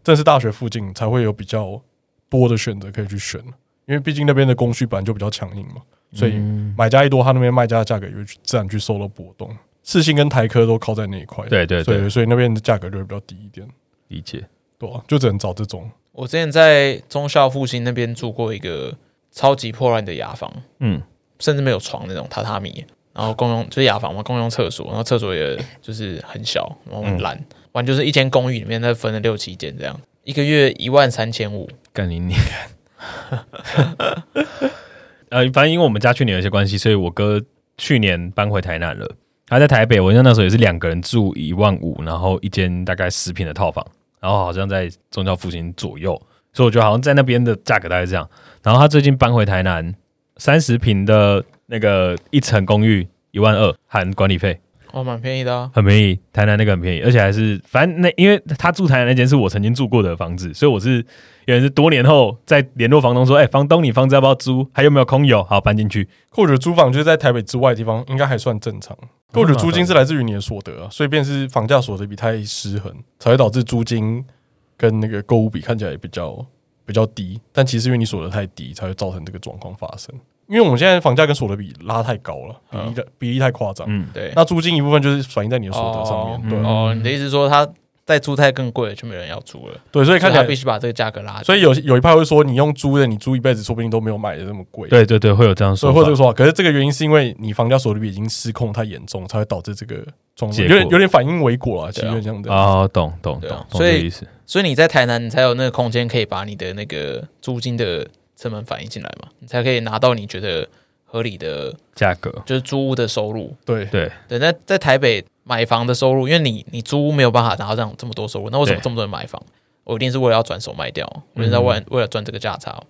正是大学附近才会有比较多的选择可以去选，因为毕竟那边的供需本来就比较强硬嘛，所以
嗯
买家一多，他那边卖家的价格也会去自然去受到波动。世新跟台科都靠在那一块，
对对
所
对
以所以那边的价格就会比较低一点，
理解，
对啊，就只能找这种。
我之前在中校复兴那边住过一个超级破烂的雅房，
嗯，
甚至没有床那种榻榻米，然后公用就是雅房嘛，公用厕所，然后
嗯
厕所也就是很小，然后很烂，完、全就是一间公寓里面再分了六七间这样，一个月一万三千五，
干你你。 呃，反正因为我们家去年有一些关系，所以我哥去年搬回台南了。他在台北，我印象那时候也是两个人住一万五，然后一间大概十平的套房，然后好像在宗教复兴左右，所以我觉得好像在那边的价格大概是这样。然后他最近搬回台南，三十平的那个一层公寓一万二，含管理费。
哦，蛮便宜的啊。
很便宜，台南那个很便宜，而且还是反正那因为他住台南那间是我曾经住过的房子，所以我是原来是多年后再联络房东说，哎、房东你房子要不要租？还有没有空有？好搬进去。
或者租房就是在台北之外的地方，应该还算正
哦
常。或者租金是来自于你的所得啊，所以便是房价所得比太失衡，才会导致租金跟那个购物比看起来比较比较低，但其实因为你所得太低，才会造成这个状况发生。因为我们现在房价跟所得比拉太高了，比例的比例太夸张。
哦嗯，
对，
那租金一部分就是反映在你的所得上面，对、
嗯
哦，你的意思是说他再租太更贵了，就没人要租了，
对，所以看起
所以
来
他必须把这个价格拉低。
所以有有一派会说，你用租的，你租一辈子，说不定都没有买的那么贵。，
对对对，会有这样
所以
说法，
或者说法，可是这个原因是因为你房价所得比已经失控太严重，才会导致这个状况，
结
有
果
点有点反因为果啊，其实
对啊
有点像这样。
哦，懂懂
对
懂
啊
懂
所以
这个意思。
所以你在台南，你才有那个空间可以把你的那个租金的成本反映进来嘛，你才可以拿到你觉得合理的，
价格
就是租屋的收入。
对，
对，
对，那在台北买房的收入，因为你你租屋没有办法拿到这样这么多收入，那为什么
对
这么多人买房？我一定是为了要转手卖掉，我一定是为了为了赚这个价差哦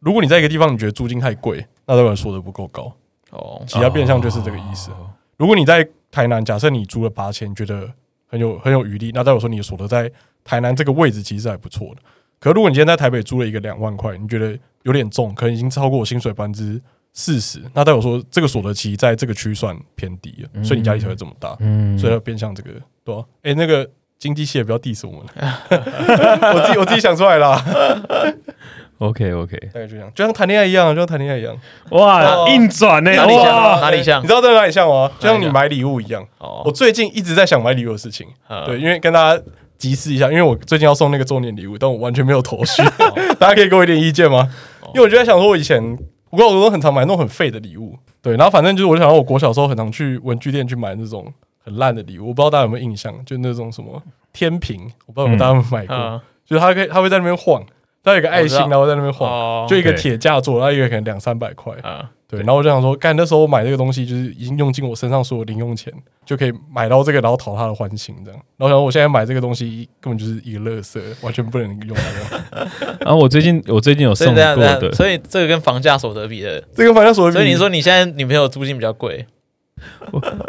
如果你在一个地方你觉得租金太贵，那代表所得不够高，
哦。
其他变相就是这个意思。如果你在台南，假设你租了八千，你觉得很有很有余力，那代表说你的所得在台南这个位置其实还不错的。可如果你今天在台北租了一个两万块，你觉得有点重，可能已经超过我薪水百分之四十，那代表说这个所得其实在这个区算偏低了，所以你压力才会这么大。
嗯，
所以要变相这个，对吧、啊？哎、那个经济系也不要 diss 我们，我自己我自己想出来啦，
OK OK，
大概就这样，就像谈恋爱一样，就像谈恋爱一样。
哇，
哦
硬转呢、
哪里
哇，
像？哪里像
你？知道在哪里像吗？就像你买礼物一样。我
哦，
最近一直在想买礼物的事情，
嗯
对，因为跟大家集思一下，因为我最近要送那个周年礼物，但我完全没有头绪，
哦
大家可以给我一点意见吗？因为我就在想说，我以前我跟我老公很常买那种很废的礼物，对，然后反正就是我就想到我国小的时候很常去文具店去买那种很烂的礼物，我不知道大家有没有印象，就那种什么天平，我不知道有没有大家有没有买过，
嗯
就是它可以它会在那边晃，它有一个爱心
我知，道
然后在那边晃，
哦，
就一个
对
铁架做，然后一个可能两三百块，
啊，
对，然后我就想说，干那时候我买这个东西，就是已经用尽我身上所有零用钱，就可以买到这个，然后讨他的欢心这样。然后想说我现在买这个东西根本就是一个垃圾，完全不能用到。
然后、我最近我最近有
所
送
以
过
这样这样，
的，
所以这个跟房价所得比的，
这个反正所谓，
所以你说你现在女朋友租金比较贵，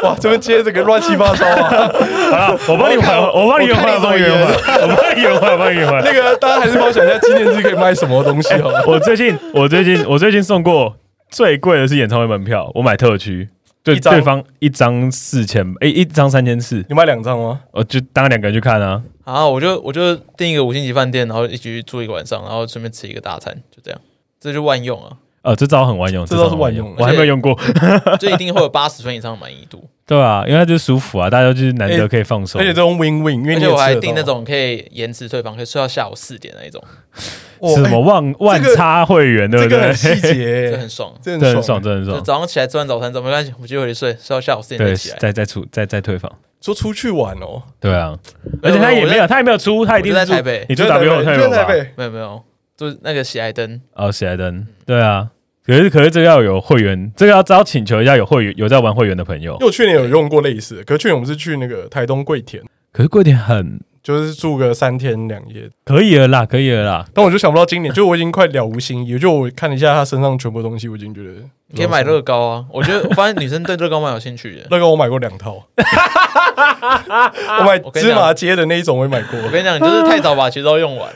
哇，这边接这个乱七八糟 啊，
好了，我帮你还，我帮你圆回来，我帮你圆回来，我帮你圆回来，我帮你圆回来
那。个大家还是帮我想一下纪念日可以买什么东西好了。
我最近，我最近，我最近送过最贵的是演唱会门票，我买特区，对
一张
对方一张四千，诶，一张三千四，
你买两张吗？
我就当两个人去看啊。
啊，我就我就订一个五星级饭店，然后一起去住一个晚上，然后顺便吃一个大餐，就这样，这就万用啊，
呃，这招很万用，
这招是
很
万用
我还没有用过。
就一定会有八十分以上的满意度。
对啊，因为它就舒服啊，大家就是难得可以放松
而且。这种 win win，因
而
为你
且
也
我还
吃得
订那
到啊
种可以延迟退房，可以睡到下午四点那一种，
哇哎
是什么万万差会员，对
这
不
个
对
很？细 节
这
欸，
很爽。
这
这
很
很
爽欸
爽，。这很
就
爽。
早上起来吃完早餐之后没关系，我就回去睡，睡到下午四点
对，
再起来。
再再出再再退房。
说出去玩哦，
对啊，
没
而
有
且他
没有
也
我
没
在
有，他也没有出，他一定
我在
是
台北
你
你
住 W
就
退
在
房
台
吧？
北，
没有没有，就是那个喜来登，
哦，喜来登，对啊。可是可是这个要有会员，这个要只要请求一下有会员有在玩会员的朋友
因。为我去年有用过类似的，可是去年我们是去那个台东桂田，
可是贵点很
就是住个三天两夜
可以了啦，可以了啦。
但我就想不到今年，就我已经快了无新意了，就我看了一下他身上全部东西，我已经觉得
你可以买乐高啊。我觉得我发现女生对乐高蛮有兴 趣的。
那个我买过两 套，我买芝麻街的那一种我也买过，
我跟你讲，你就是太早把绝招用完，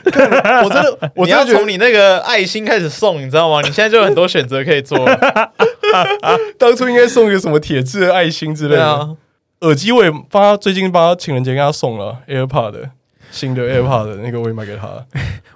我 真的我
你
真
要
的觉
从
得
你那个爱心开始送，你知道吗？你现在就有很多选择可以做了。
当初应该送一个什么铁质的爱心之类
对
的。
啊，
耳机我也帮他最近帮他情人节跟他送了 AirPod 的新 的 AirPod 的那个我也买给他，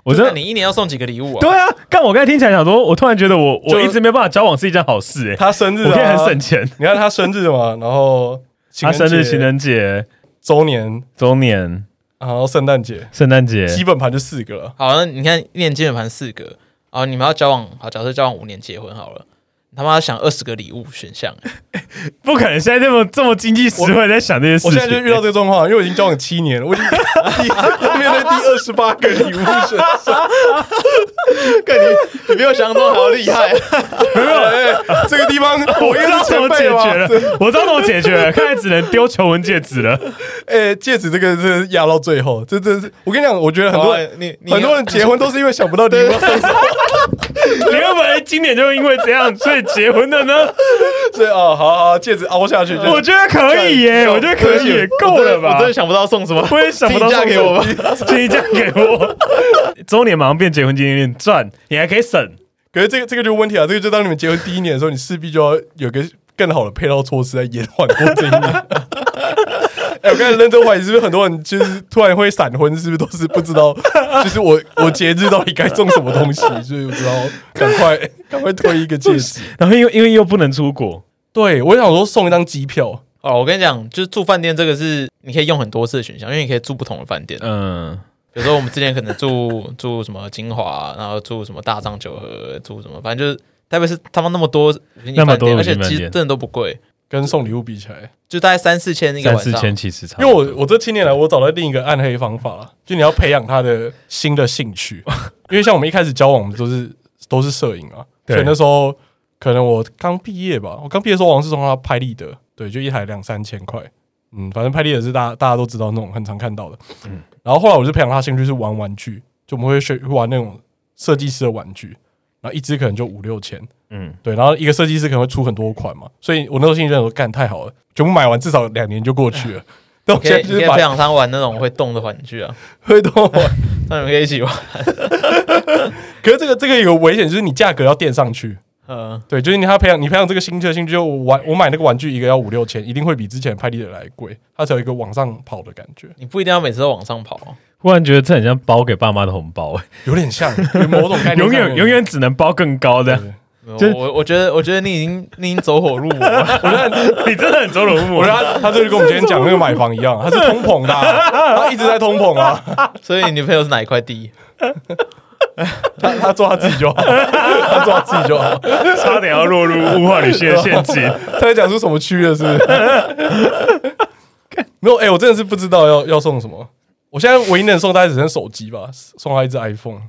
我真
那
的
你一年要送几个礼物啊
对？啊，干我刚才听起来想说，我突然觉得我
就
我一直没有办法交往是一件好事哎、
他生日
我可以
啊，
很省钱。
你看他生日嘛，然后情
他
人节
生日、情人节、
周年，
周年、
然后圣诞节，
圣诞节，
基本盘就四个了。
好，那你看一年基本盘四个，然后你们要交往，好，假设交往五年结婚好了，你他妈想二十个礼物选项，
不可能现在这么这么经济实惠在想这些事情。欸
我现在就遇到这个状况，因为我已经交往七年了， 我已经第面对第二十八个礼物选手，
看你，你比我想象中还要厉害。
没有哎、这个地方
我
我
知
应
道
该
怎
前
么解
辈
决
吧？
了，我知道怎么解决 了，看来只能丢求婚戒指了。
哎、戒指这个是压到最后，这真是我跟你讲，我觉得很多人
好啊你你
很多人结婚都是因为想不到礼物要送什么，
你原本今年就因为这样，所以结婚的呢？
所以哦，好好好戒指凹下去，就
我觉得可以
看
耶，哎我觉得可以，够了吧
我真？的想不到送什么，
我也想不到
请你嫁给我吧。
请你嫁给我，周年马上变结婚纪念日，赚，你还可以省。
可是这个这个就问题啊，这个就当你们结婚第一年的时候，你势必就要有个更好的配套措施来延缓过这一年。 哎、我刚才认真怀疑，是不是很多人就是突然会闪婚，是不是都是不知道，就是我我节日到底该送什么东西，所以我知道赶快赶快推一个戒指。
然后因为因为又不能出国，
对，我想说送一张机票，
哦，我跟你讲，就是住饭店这个是你可以用很多次的选项，因为你可以住不同的饭店。
嗯，
比如说我们之前可能住住什么金华，然后住什么大张九和，住什么，反正就是台北是他们那么多五星级
那么
饭
多
店，而
五星
且
级
其
饭
实
店
真的都不贵，
跟送礼物比起来，
就大概三四千一个
呃三
晚
四
上。
千其实差不
因为
多，
我我这七年来我找到另一个暗黑方法了，就你要培养他的新的兴 趣，因为像我们一开始交往，我们都是都是摄影啊，
对
所以那时候可能我刚毕业吧，我刚毕业的时候，王是从他拍立得，对，就一台两三千块，嗯，反正拍立得是大家大家都知道那种很常看到的，嗯，然后后来我就培养他兴趣是玩玩具，就我们会学会玩那种设计师的玩具，然后一支可能就五六千，
嗯，
对，然后一个设计师可能会出很多款嘛，所以我那时候心里认为干太好了，全部买完至少两年就过去了。但我
嗯你
现
可
在
以
就
你可
是
以
把
培养他玩那种会动的玩具啊，
会动完。
那你们可以一起玩。
可是这个这个有危险，就是你价格要垫上去。
嗯，
对，就是你他培养你培养这个新车兴趣，就我玩我买那个玩具一个要五六千，一定会比之前拍立得来贵，它才有一个往上跑的感觉，
你不一定要每次都往上跑啊，
忽然觉得这很像包给爸妈的红包，
有点像有某种
哎
概念上的，
永远永远只能包更高的，
没有
就是
我我觉得我觉得你已经你已经走火入魔了。
你真的很周容
我
我
觉得他他这就跟我们今天讲那个买房一样，它是通膨的啊、他一直在通膨啊，
所以你女朋友是哪一块地？
他他做他自己就好，他做他自己就好。
差点要落入物化女性的陷阱。
他在讲出什么区了，是不是？ 没有，哎、我真的是不知道要要送什么。我现在唯一能送大家只剩手机吧，送他一只 iPhone。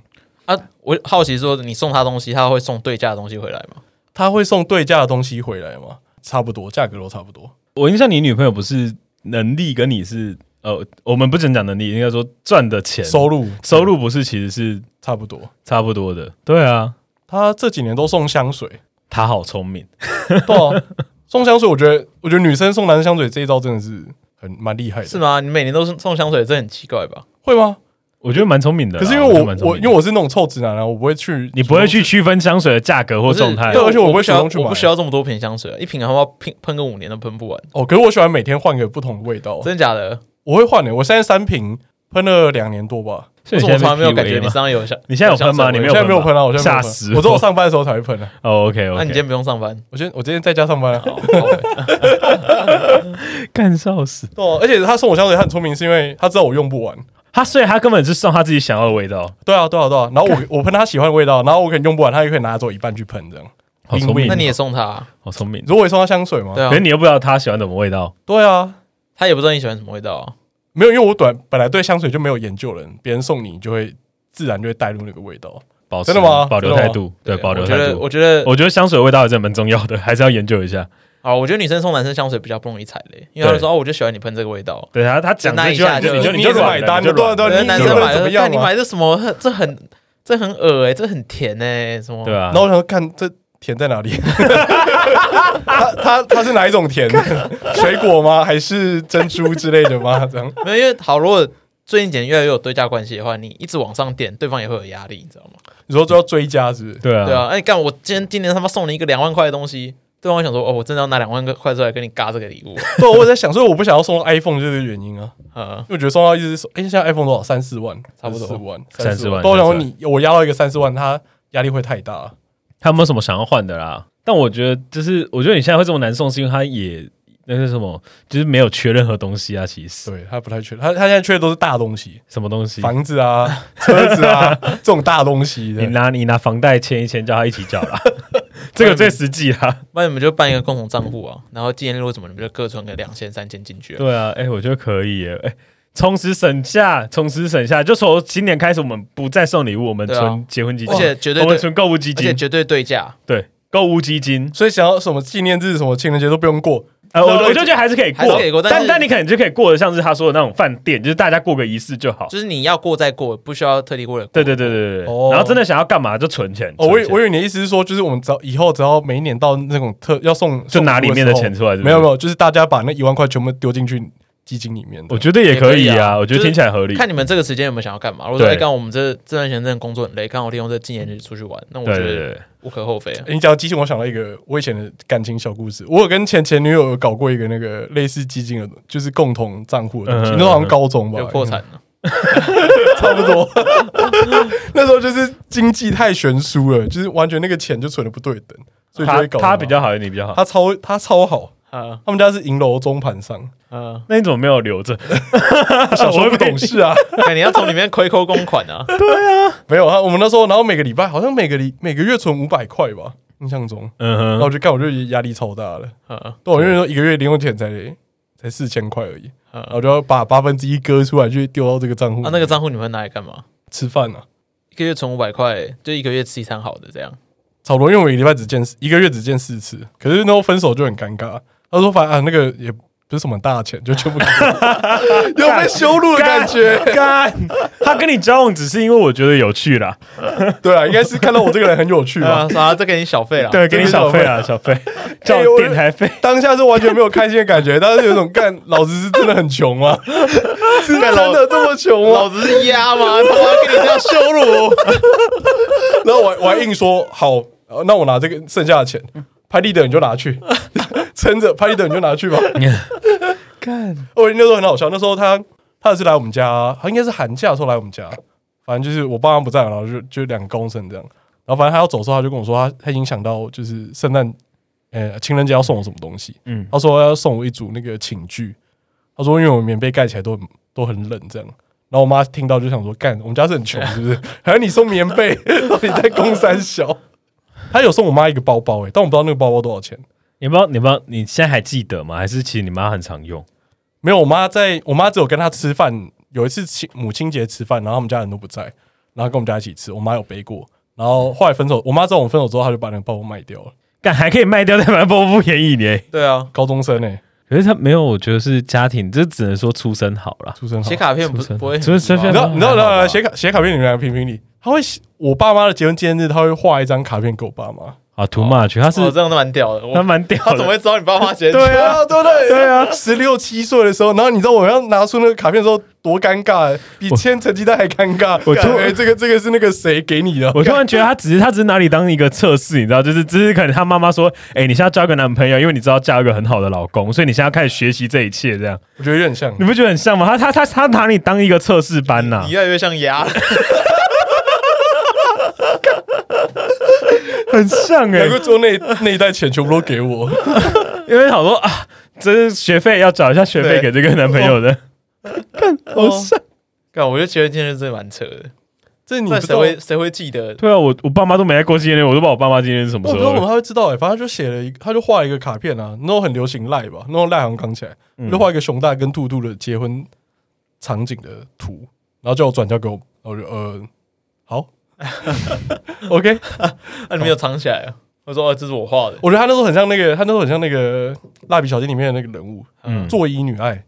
啊，我好奇说你送他东西，他会送对价的东西回来吗？
他会送对价的东西回来吗？差不多，价格都差不多。
我印象你女朋友不是能力跟你是呃，我们不只能讲能力，应该说赚的钱
收入
收入不是其实是
差不多。
差不多的。对啊，
他这几年都送香水，
她好聪明，
对啊、送香水，我觉得，我觉得女生送男生香水这一招真的是很蛮厉害的，
是吗？你每年都送送香水，这很奇怪吧？
会吗？
我觉得蛮聪明的啦。
可是因为
啊我觉
我
得蛮聪
我
明
因
的
为我是那种臭直男啊，我不会去，
你不会去区分香水的价格或
不是
状态
对，
我
而且我不会
不需要，
主动去买
我不需要这么多瓶香水啊，一瓶好不好？喷喷个五年都喷不完，
哦。可是我喜欢每天换个不同的味道，
真的假的？
我会换的。欸我现在三瓶喷了两年多吧，
所
为
以
什
你
么我从
现在
来
被
没有感觉你
PUA
身
吗
上有香？
你现在有喷吗
香水味
你
我
没
现
有
在没有
喷吧
喷啊，我现在没有
吓
喷
死
我只有
我
上班的时候才会喷啊。
哦，OK，
那你今天不用上班？
我今天我今天在家上 班啊。
干笑死
对啊，而且他送我香水，他很聪明，是因为他知道我用不完。
他，所以他根本是送他自己想要的味道，
对啊，对啊，对啊。然后我我喷他喜欢的味道，然后我可能用不完，他也可以拿走一半去喷这样。
好聪明
那你也送他啊？
好聪明。
如果我送他香水吗？
对啊
可是，哦你又不知道他喜欢什么味道，
对啊，
他也不知道你喜欢什么味道啊。
没有，因为我短本来对香水就没有研究了，别人送你就会自然就会带入那个味道。
保持
真的吗
保留
真的吗
态度，对，保留
啊我
态
觉得，
度。
我觉得，
我觉得香水的味道还是蛮重要的， 还是要研究一下。
啊，我觉得女生送男生香水比较不容易踩雷，因为他们说哦，我就喜欢你喷这个味道。
对他，他讲
那
这
一
句话
下
你就
就
你就
你
就
也是
软
买
了
单
你就
对啊
软了
对啊
对，
你
男
你
生
有没有
买
怎么
的，
样
但你
吗
买的什么？这很这很恶哎，这很甜哎，什么？
对啊
然，后我想说看这甜在哪 里？他他他是哪一种甜？水果吗？还是珍珠之类的吗？这样
没有，因为好，如果最近几年越来越有对价关系的话，你一直往上点，对方也会有压力，你知道吗？
你说就要追加是不是？
对啊，
对啊，哎，干，我今天今年他妈送你一个两万块的东西，对方会想说，哦，我真的要拿两万块出来跟你嘎这个礼物，
对，啊我在想，所以我不想要送到 iPhone 就是这个原因啊，
呃，
因为我觉得送到一只手，哎、现在 iPhone 多少？三四万，
差不多
四万，
三四万
对我想说
三四
你我压到一个三四万，他压力会太大啊了。
他有没有什么想要换的啦？但我觉得，就是我觉得你现在会这么难送，是因为他也那是什么，就是没有缺任何东西啊。其实
对他不太缺，他他现在缺的都是大东西，
什么东西，
房子啊、车子啊 这种大东西
你
的。
拿你拿房贷签一签，叫他一起缴啦，这个最实际啦。
那你们就办一个共同账户啊，然后纪念日或什么，你们就各存个两千、三千进去啊。
对啊，哎、我觉得可以耶，哎、从此省下，从此省下，就从今年开始，我们不再送礼物，我们
对啊
存结婚基金，
而且绝对
我们
对
存购物基
而且
金，
绝对对价，
对，购物基金。
所以想要什么纪念日、什么情人节都不用过，
呃，
对
我
我
我就觉得还是可以
还是
过，
可以过但
但
是
但你可能就可以过得像是他说的那种饭店，就是大家过个仪式就好。
就是你要过再过，不需要特地为了过
对对对对对对
哦
然后真的想要干嘛就存钱。
哦，我以
存钱
我以为你的意思是说，就是我们只要以后只要每一年到那种特要送，
就拿里面的
送礼物
钱
时
出来是
候，
不是
没有没有，就是大家把那一万块全部丢进去基金里面的。
我觉得也可以
也可以
啊，
啊
我觉得听起来合理。
看你们这个时间有没有想要干嘛。如果说
对
哎，刚、好我们这这段时间真的工作很累，刚好利用这纪念日出去玩，那我
对
觉
对
得
对，哎
无可厚非啊。
欸你讲到基金，我想到一个我以前的感情小故事。我有跟前前女友有搞过一个那个类似基金的，就是共同账户的东西。
嗯
那时候好像高中吧，
就破产了，
差不多。 那时候就是经济太悬殊了，就是完全那个钱就存的不对等，所以就
他
会搞
他
得
比较好，你比较好。
他超他超好，
啊
他们家是银楼中盘商，
啊！
那你怎么没有留 着？
小时候不懂事啊。
哎你要从里面亏扣公款啊！
没有啊，我们那时候，然后每个礼拜好像每个礼每个月存五百块吧，印象中。
嗯
然后
哼，
我就看，我就压力超大了。
啊
对，我因为说一个月零用钱才才四千块而已，然
啊！
后就要把八分之一割出来，去丢到这个账户。
啊那个账户你们拿来干嘛？
吃饭啊，
一个月存五百块，就一个月吃一餐好的这样。
差不多，因为我一个礼拜只见一个月只见四次，可是那时候分手就很尴尬。他说反正、啊、那个也不是什么大钱，就全部给 我有被羞辱的感觉。
干，他跟你交往只是因为我觉得有趣啦，
对啊，应该是看到我这个人很有趣
对
吧
啊，。啥这给你小费了。
对，给你小费啊，小 费，叫
哎我
电台 费。
当下是完全没有开心的感觉，但是有种干，老子是真的很穷 吗？是真的这么穷啊吗？
老子是鸭吗？他妈给你这样羞辱！
然后我还我还硬说好，呃那我拿这个剩下的钱，
嗯
拍立得你就拿去， 撑着拍立得你就拿去吧。
干，
我那时候很好笑，那时候他他是来我们家，他应该是寒假的时候来我们家，反正就是我爸妈不在，然后就就两个公生这样。然后反正他要走的时候，他就跟我说他他已经想到就是圣诞，呃，情人节要送我什么东西。
嗯，
他说要送我一组那个寝具，他说因为我棉被盖起来都很都很冷这样。然后我妈听到就想说：“干，我们家是很 穷是不是？还有你送棉被， 到底在公三小？”他有送我妈一个包包诶、欸但我不知道那个包包多少钱。
你不知道，你不知道，你现在还记得吗？还是其实你妈很常用？
没有，我妈在我妈只有跟她吃饭，有一次亲母亲节吃饭，然后他们家人都不在，然后跟我们家一起吃，我妈有背过。然后后来分手，我妈知道我们分手之后，她就把那个包包卖掉了。
干还可以卖掉，但蛮不不便宜呢。
对啊，
高中生诶、欸，
可是他没有，我觉得是家庭，这只能说出身好啦。
出生好
写。卡片不
出生
不会很
出生
你
低
知
吗，
道，你知道，
还好吧
来来写卡写卡片，你们来评评理。他会写，我爸妈的结婚纪念日，他会画一张卡片给我爸妈。
啊，too much，他是
哦，这样都蛮屌的。我
他蛮屌
他怎么
的。
会知道你爸妈写？
对啊， 对不对？对啊，十六七岁的时候，然后你知道我要拿出那个卡片的时候多尴尬，比签成绩单还尴尬。
我
感
突
觉这个这个是那个谁给你的？
我突然觉得他只是他只是拿你当一个测试，你知道，就是只是可能他妈妈说，哎、你现在交一个男朋友，因为你知道嫁一个很好的老公，所以你现在要开始学习这一切，这样
我觉得有点像
你。不觉得很像吗？他他他他拿你当一个测试班呐、
你越来越像鸭。
很 像哎、
难怪做那那一代钱全部都给我，
因为想说啊，这是学费要找一下学费给
对
这个男朋友的，看好像。
干，我就觉得今天真的蛮扯的。
这你
那
不知
谁
道，我
会谁会记得？
对啊，我我爸妈都没在过纪念日，我都把我爸妈纪念日什么
不
时
知道
候
怎么他会知道哎、反正他就写了一个，他就画了一个卡片啊，那种很流行赖吧，那种赖好像刚起来，就画一个熊大跟兔兔的结婚场景的图，然后叫我转交给我，然后我就呃好，OK，
那你没有藏起来啊？我说哦，这是我画的。
我觉得他那时候很像那个，他那时候很像那个蜡笔小新里面的那个人物，
嗯
作衣女爱，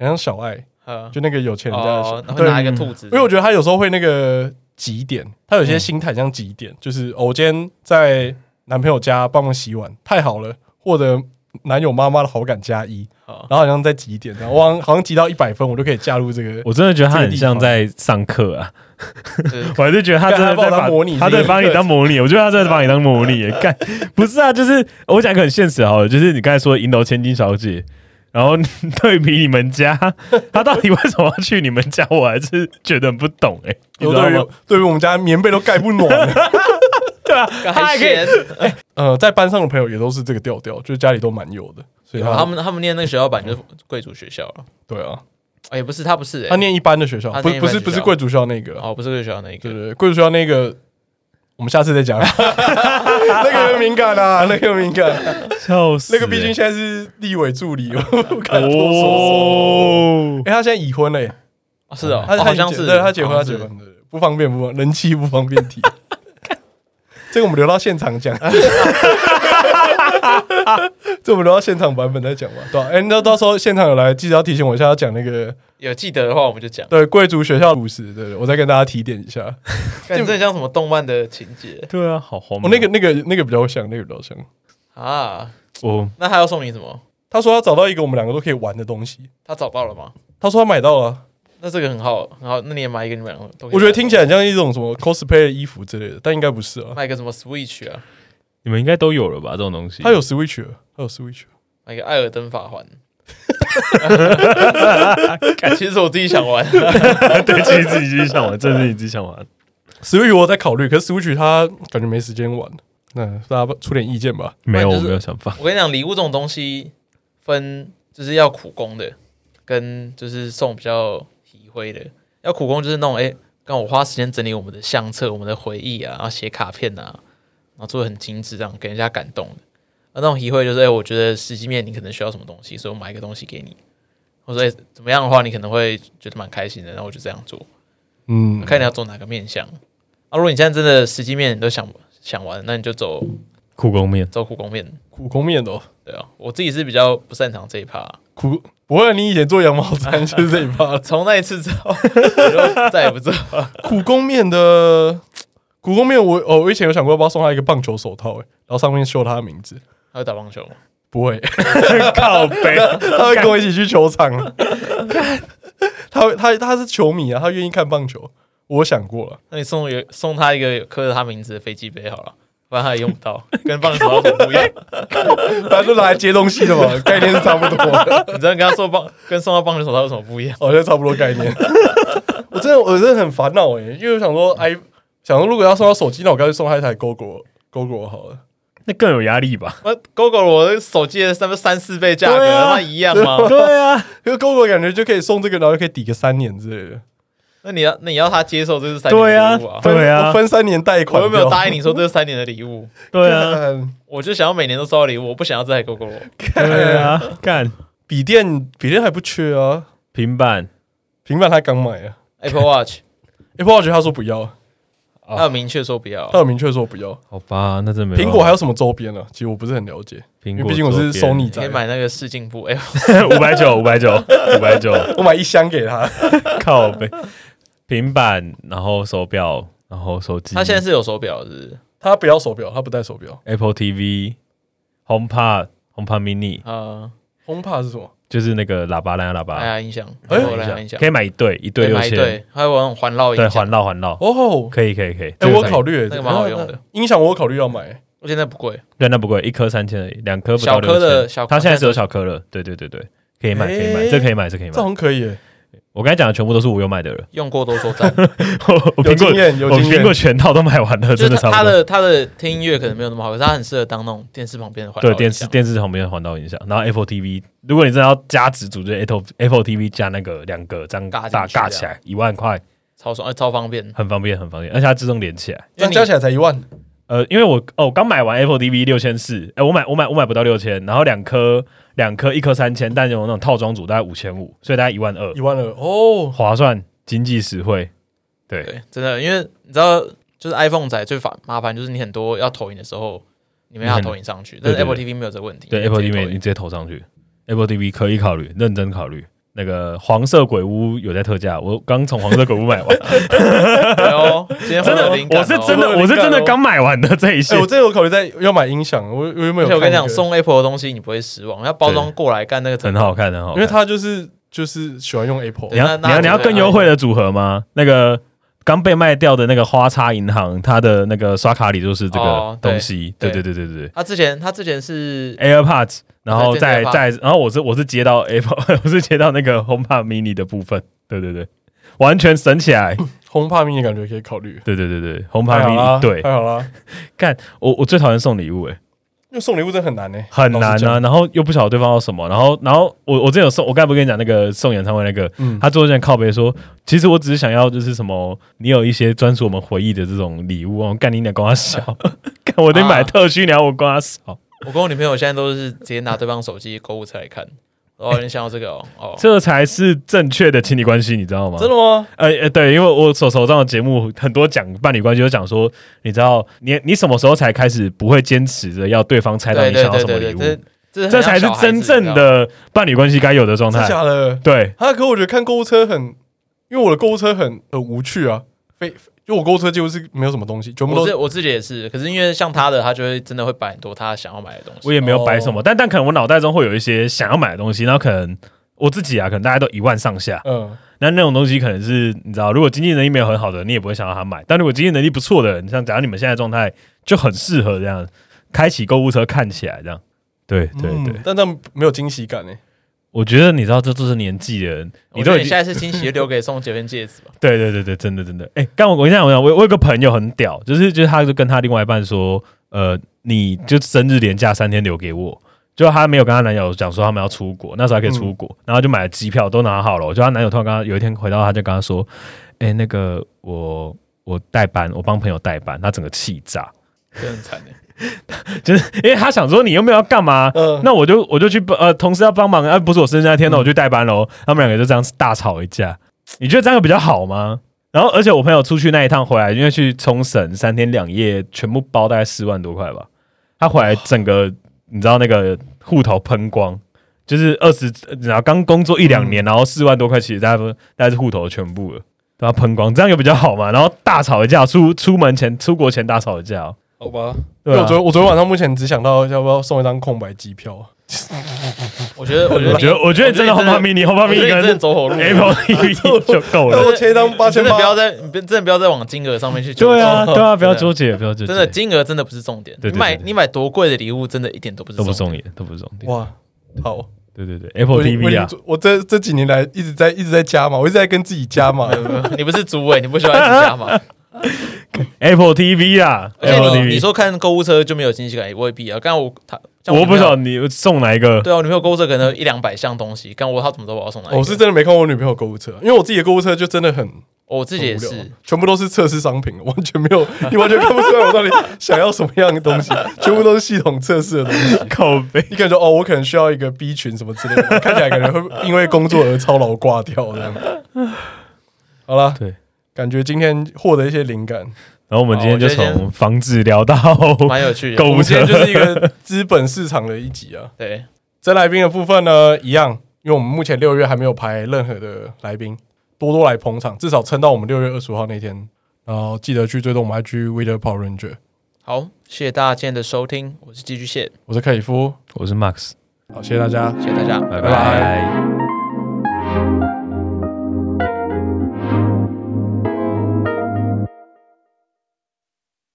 很像小爱，
啊
就那个有钱人家的小
哦，然后拿一个
嗯
兔子，
因为我觉得他有时候会那个极点，他有些心态像极点，就是、哦、我今天在男朋友家帮忙洗碗，太好了，获得男友妈妈的好感加一，
好
然后好像在极点，然后我好像好像极到一百分，我就可以加入这个。
我真的觉得他很像在上课啊，
就是
我还是觉得他真
干他
的在
把我
把
当模拟
他在把你当模拟，我觉得他真的把你当模拟耶。干，不是啊，就是我讲一个很现实好了，就是你刚才说银楼千金小姐，然后 对比你们家， 他到底为什么要去你们家，我还是觉得很不懂哎，你
有
知道
对
吗
于？对于我们家棉被都盖不暖了，
对啊，他
还
还可以
闲。
呃，在班上的朋友也都是这个调调，就是家里都蛮有的，所以他
他们他们念那个学校版就是贵族学校了，
对啊，
哎，不是，他不是欸，
他念一般的学校，
他
不
念
是
一
不
般
是
的
不是
学校
贵族学校那个啊，
哦，不是贵族学校那一
对
个，
对，贵族学校那个我们下次再讲。 那个有敏感啊，那个有敏感，
笑死
那
欸！
个毕竟现在是立委助理，我不敢多
哦
说
哦
哎、，他现在已婚了耶，
啊是哦，
他、
哦
他
好
已经
像
结
是，
对，他结婚，
好
他
像
结
是
婚，对不方便，不方人气不方便提。 这个我们留到现场讲， 这我们留到现场版本再讲吧，对吧、哎、那到时候现场有来，记得要提醒我一下，要讲那个
有记得的话我们就讲，
对贵族学校故事，对对，我再跟大家提点一下。
感觉很像什么动漫的情节
对啊，好荒
我、哦
谬。
那个那个那个比较像，那个比较像。
啊。
我
那他要送你什么？
他说他找到一个我们两个都可以玩的东西，
他找到了吗？
他说他买到了，那
那这个很好，很好，那你也买一个，你们两个都可以
我觉得听起来很像一种什么 cosplay 的衣服之类的，但应该不是啊。
买个什么 Switch 啊，
你们应该都有了吧？这种东西，
他有 Switch，了他有 Switch，了
买个艾尔登法 环。 其实我自己想玩，
对，其实自己自己想玩，这是你自己想玩。
Switch 我在考虑，可是 Switch 它感觉没时间玩，那大家出点意见吧。
没有，
不然就是
我没有想法。
我跟你讲，礼物这种东西分就是要苦工的，跟就是送比较体会的。要苦工就是那种哎，让、我花时间整理我们的相册、我们的回忆啊，然后写卡片啊，然后做的很精致，这样给人家感动的。而那种体会就是哎、我觉得实际面你可能需要什么东西，所以我买一个东西给你。或者、哎怎么样的话，你可能会觉得蛮开心的，然后我就这样做。
嗯，
看你要走哪个面向。啊，如果你现在真的实际面你都想想完，那你就走
苦工面，
走苦工面。
苦工面的、哦，
对啊，我自己是比较不擅长这一趴、。
苦不会，啊你以前做羊毛毡就是这一趴了
从那一次之后，我就再也不做。
苦工面的苦工面我，哦，我以前有想过要不要送他一个棒球手套、欸，然后上面绣他的名字。
还有打棒球吗，
不会，
靠背，
他会跟我一起去球场啊。他会他他是球迷啊，他愿意看棒球。我想过了，
那你送有送他一个有刻着他名字的飞机杯好了，不然他也用不到，跟棒球老虎不一 样。
反正都拿来接东西 的嘛，概念是差不多的。
你知道跟他送棒跟送到棒球手套有什么不一样？
好像差不多概 念。我真的我真的很烦恼哎，因为我想说 i 想说如果要送到手机，那我干脆送他一台 GoGo GoGo 好了。
那更有压力吧？
那 GoGo 我的手机的三三四倍价格，
对啊
他妈一样吗？
对啊，
因为 GoGo 感觉就可以送这个，然后就可以抵个三年之类的。
那你要那你要他接受这是三年
对啊
的礼物啊？
对啊
我分三年贷
我
款。
又没有答应你说这是三年的礼物，
对啊，
干。
我就想要每年都收到礼物，我不想要这台 GoGo。
对啊，干
笔电笔电还不缺啊，
平板
平板他刚买啊。
Apple Watch，
Apple Watch 他说不要，
哦
他有明确说不要
他，有明确说不要。
好吧，那真没办
苹
法
果还有什么周边呢？其实我不是很了解，
啊苹
因
果
为
周边，
毕竟我是 Sony
可以
仔，
哎买那个试镜部。哎，
五百九，五百九，五百九，
我买一箱给他。
靠背，平板，然后手表，然后手机，
他现在是有手表，是不是？
他不要手表，他不戴手表。
Apple TV、HomePod、HomePod Mini，
啊，
HomePod 是什么？
就是那个喇叭蓝牙喇叭，
蓝牙音响，
哎
我蓝牙音响
可以买一对，一对
对
六
买一
千，
对，还有那种环绕
对，
音
环
响，
绕环绕，
哦，
可以可以可以。
哎，
这个
我
可以
考虑欸
那个蛮好用的。
音响我有考虑要买欸。
而且那不贵，
对，那不贵，一颗三千而已，两颗不
小
到
颗的
6000
小颗
它现在只有小颗了，对对对对，可以买可以买，
哎
这可以买这可以
这好
买。
像可以耶，
我刚才讲的全部都是我有买 的了，
用过多说赞。
我 我
有
苹
经
果
验，有
我
经
苹
验
果。全套都买完了，
就
真
是
的差
它
不多。
的它的听音乐可能没有那么好，可是它很适合当那种电视旁边的环绕
对
音
电视
响。
电视旁边的环绕音响，然后 Apple TV，如果你真的要加值组，就 Apple Apple TV 加那个两个这样
尬进
大
去
尬起来一万块，
超爽，哎超方便。
很方便很方便，而且它自动连起来。
这样加起来才一万，
呃，因为我哦，我刚买完 Apple TV 六千四，哎，我买我买我买不到六千，然后两颗两颗一颗三千，但有那种套装组大概五千五，所以大概一万二
一，万了哦。
划算，经济实惠。对，
对，真的，因为你知道，就是 iPhone 仔最烦麻烦就是你很多要投影的时候，你没办法投影上去，但是
对对
Apple TV 没有这个问题。
对
你可以直
Apple
接
TV
投
你
影
直接投上去，Apple TV 可以考虑，认真考虑。那个黄色鬼屋有在特价，我刚从黄色鬼屋 买完，
哎呦，今天很
真的，
有灵感
我
哦
是真的，我是真的刚买完的这一
哎，
些
我。这有考虑在要买音响，我我有没
而
有？
且我跟你讲，，送 Apple 的东西你不会失望，它包装过来干那个
很好看，很好看。
因为他就是就是喜欢用 Apple，
你要
那
你
那
要你要
这个
更优惠的组合吗？那个刚被卖掉的那个花叉银行，它的那个刷卡礼就是这个
哦
东西。对
对
对对对对
他之前他之前是
对，AirPods，然后
对
再
对对
再，然后我是我是接到 Apple，我是 接到那个 HomePod Mini 的部分。对对对，完全省起来。
轰帕米的感觉可以考虑。
对对对对，HomePod
太好啦
Mini，对，
太好啦！
干我我最讨厌送礼物哎、
因为送礼物真的很难呢、
很
老
难
实
啊，
讲。
然后又不晓得对方要什么，然后然后我我之前有送，我刚才不是跟你讲那个送演唱会那个，
嗯
他最后在靠背说，其实我只是想要就是什么，你有一些专属我们回忆的这种礼物，哦，干你俩光他小， 干我得买特需，你要我光他
啊
小，
我跟我女朋友现在都是直接拿对方手机购物车来看。哦，你想要这个哦？哦，
这才是正确的亲密关系，你知道吗？
真的吗？
呃呃，对，因为我手手上的节目很多讲伴侣关系，都讲说，你知道你你什么时候才开始不会坚持着要对方猜到
对
你想
对
要
对
什么
对
礼
对，
物，
这这
这
这
才是真正的伴侣关系该有的状
真
态。
假的？
对，
啊，可我觉得看购物车很，因为我的购物车很很无趣啊，非就我购物车几乎是没有什么东西，全部
我
都
自我自己也是，可是因为像他的，他就会真的会摆很多他想要买的东西。
我也没有摆什么，
哦
但但可能我脑袋中会有一些想要买的东西，然后可能我自己啊，可能大家都一万上下，
嗯
那那种东西可能是你知道，如果经济能力没有很好的，你也不会想要他买；但如果经济能力不错的人，像假如你们现在状态就很适合这样开启购物车看起来这样。对对
嗯
对，
但这样没有惊喜感呢、欸
我觉得你知道，这就是年纪的人，
我
你
觉
都
得
已
你
经
下一次惊喜就留给送结婚戒指吧。
对对对对，真的真的。哎、刚我我跟你讲，我讲我有我有个朋友很屌，就是就是他就跟他另外一半说，呃，你就生日连假三天留给我。就他没有跟他男友讲说他们要出国，那时候还可以出国，然后就买了机票都拿好了。就她男友突然跟他有一天回到他就跟他说，哎、那个我我代班，我帮朋友代班，他整个气炸，
真的很惨 哎，
就是因为他想说你又没有要干嘛，
嗯
那我就我就去帮呃，同事要帮忙，啊，不是我生日那天呢，我去代班喽。他们两个就这样大吵一架，你觉得这样比较好吗？然后，而且我朋友出去那一趟回来，因为去冲绳三天两夜，全部包大概四万多块吧。他回来整个，你知道那个户头喷光，就是二十，然后刚工作一两年，然后四万多块，其实大部大概是户头全部了，都要喷光，这样有比较好嘛？然后大吵一架，出出门前、出国前大吵一架、哦，
好吧，因
对
为
啊
我昨我昨天晚上目前只想到要不要送一张空白机票，
我觉得，我觉得你，
我觉得，我觉得你真的红
我觉
胖
得你
mini 红胖
我觉
mini
得你真
跟
的走火入魔
Apple TV 就够
那
了。
我签一张八千
真的
八
不，要再，你真的不要再往金额上面去纠结。
对啊，对啊，
真的
不要纠结，不要纠结，
哦真的金额真的不是重点。
对对
你买
对对
你买多贵的礼物，真的一点都不是
都不
重
重
点。
点，都不重点。
哇，好
对对对，Apple
已经已
TV
经
啊，
做我这这几年来一直在一直在加码，我一直在跟自己加码
没。有 没有 你不是主委，你不喜欢自家嘛？
，Apple TV 啊
而且
，Apple
你你
TV。
说看购物车就没有惊喜感，也未必啊。刚刚我他，像
我
女
不
朋
知
友
道你送哪一个，
对啊，我女朋友购物车可能有一两百项东西，刚我她怎么知道我要送哪一个？
我是真的没看过我女朋友购物车，因为我自己的购物车就真的很
我自己也
很无聊
是，
全部都是测试商品， 完全没有，你完全看不出来我到底想要什么样的东西，全部都是系统测试的东西。
靠背。
你感觉哦，我可能需要一个 B 群什么之类的，看起来感觉会因为工作而操劳挂掉这样。好了，
对，
感觉今天获得一些灵感，
然后我们今天就
好我觉得
从房子聊到
蛮有趣的。
购
我
物
们今
车
天，就是一个资本市场的一集啊。
对，
真来宾的部分呢，一样，因为我们目前六月还没有排任何的来宾，多多来捧场，至少撑到我们六月二十五号那天。然后记得去追踪我们 IG w e e d e r Power Ranger，
好，谢谢大家今天的收听，我是寄居蟹，
我是克里夫，
我是 Max，
好，谢谢大家。
谢谢大家，
拜
拜
拜。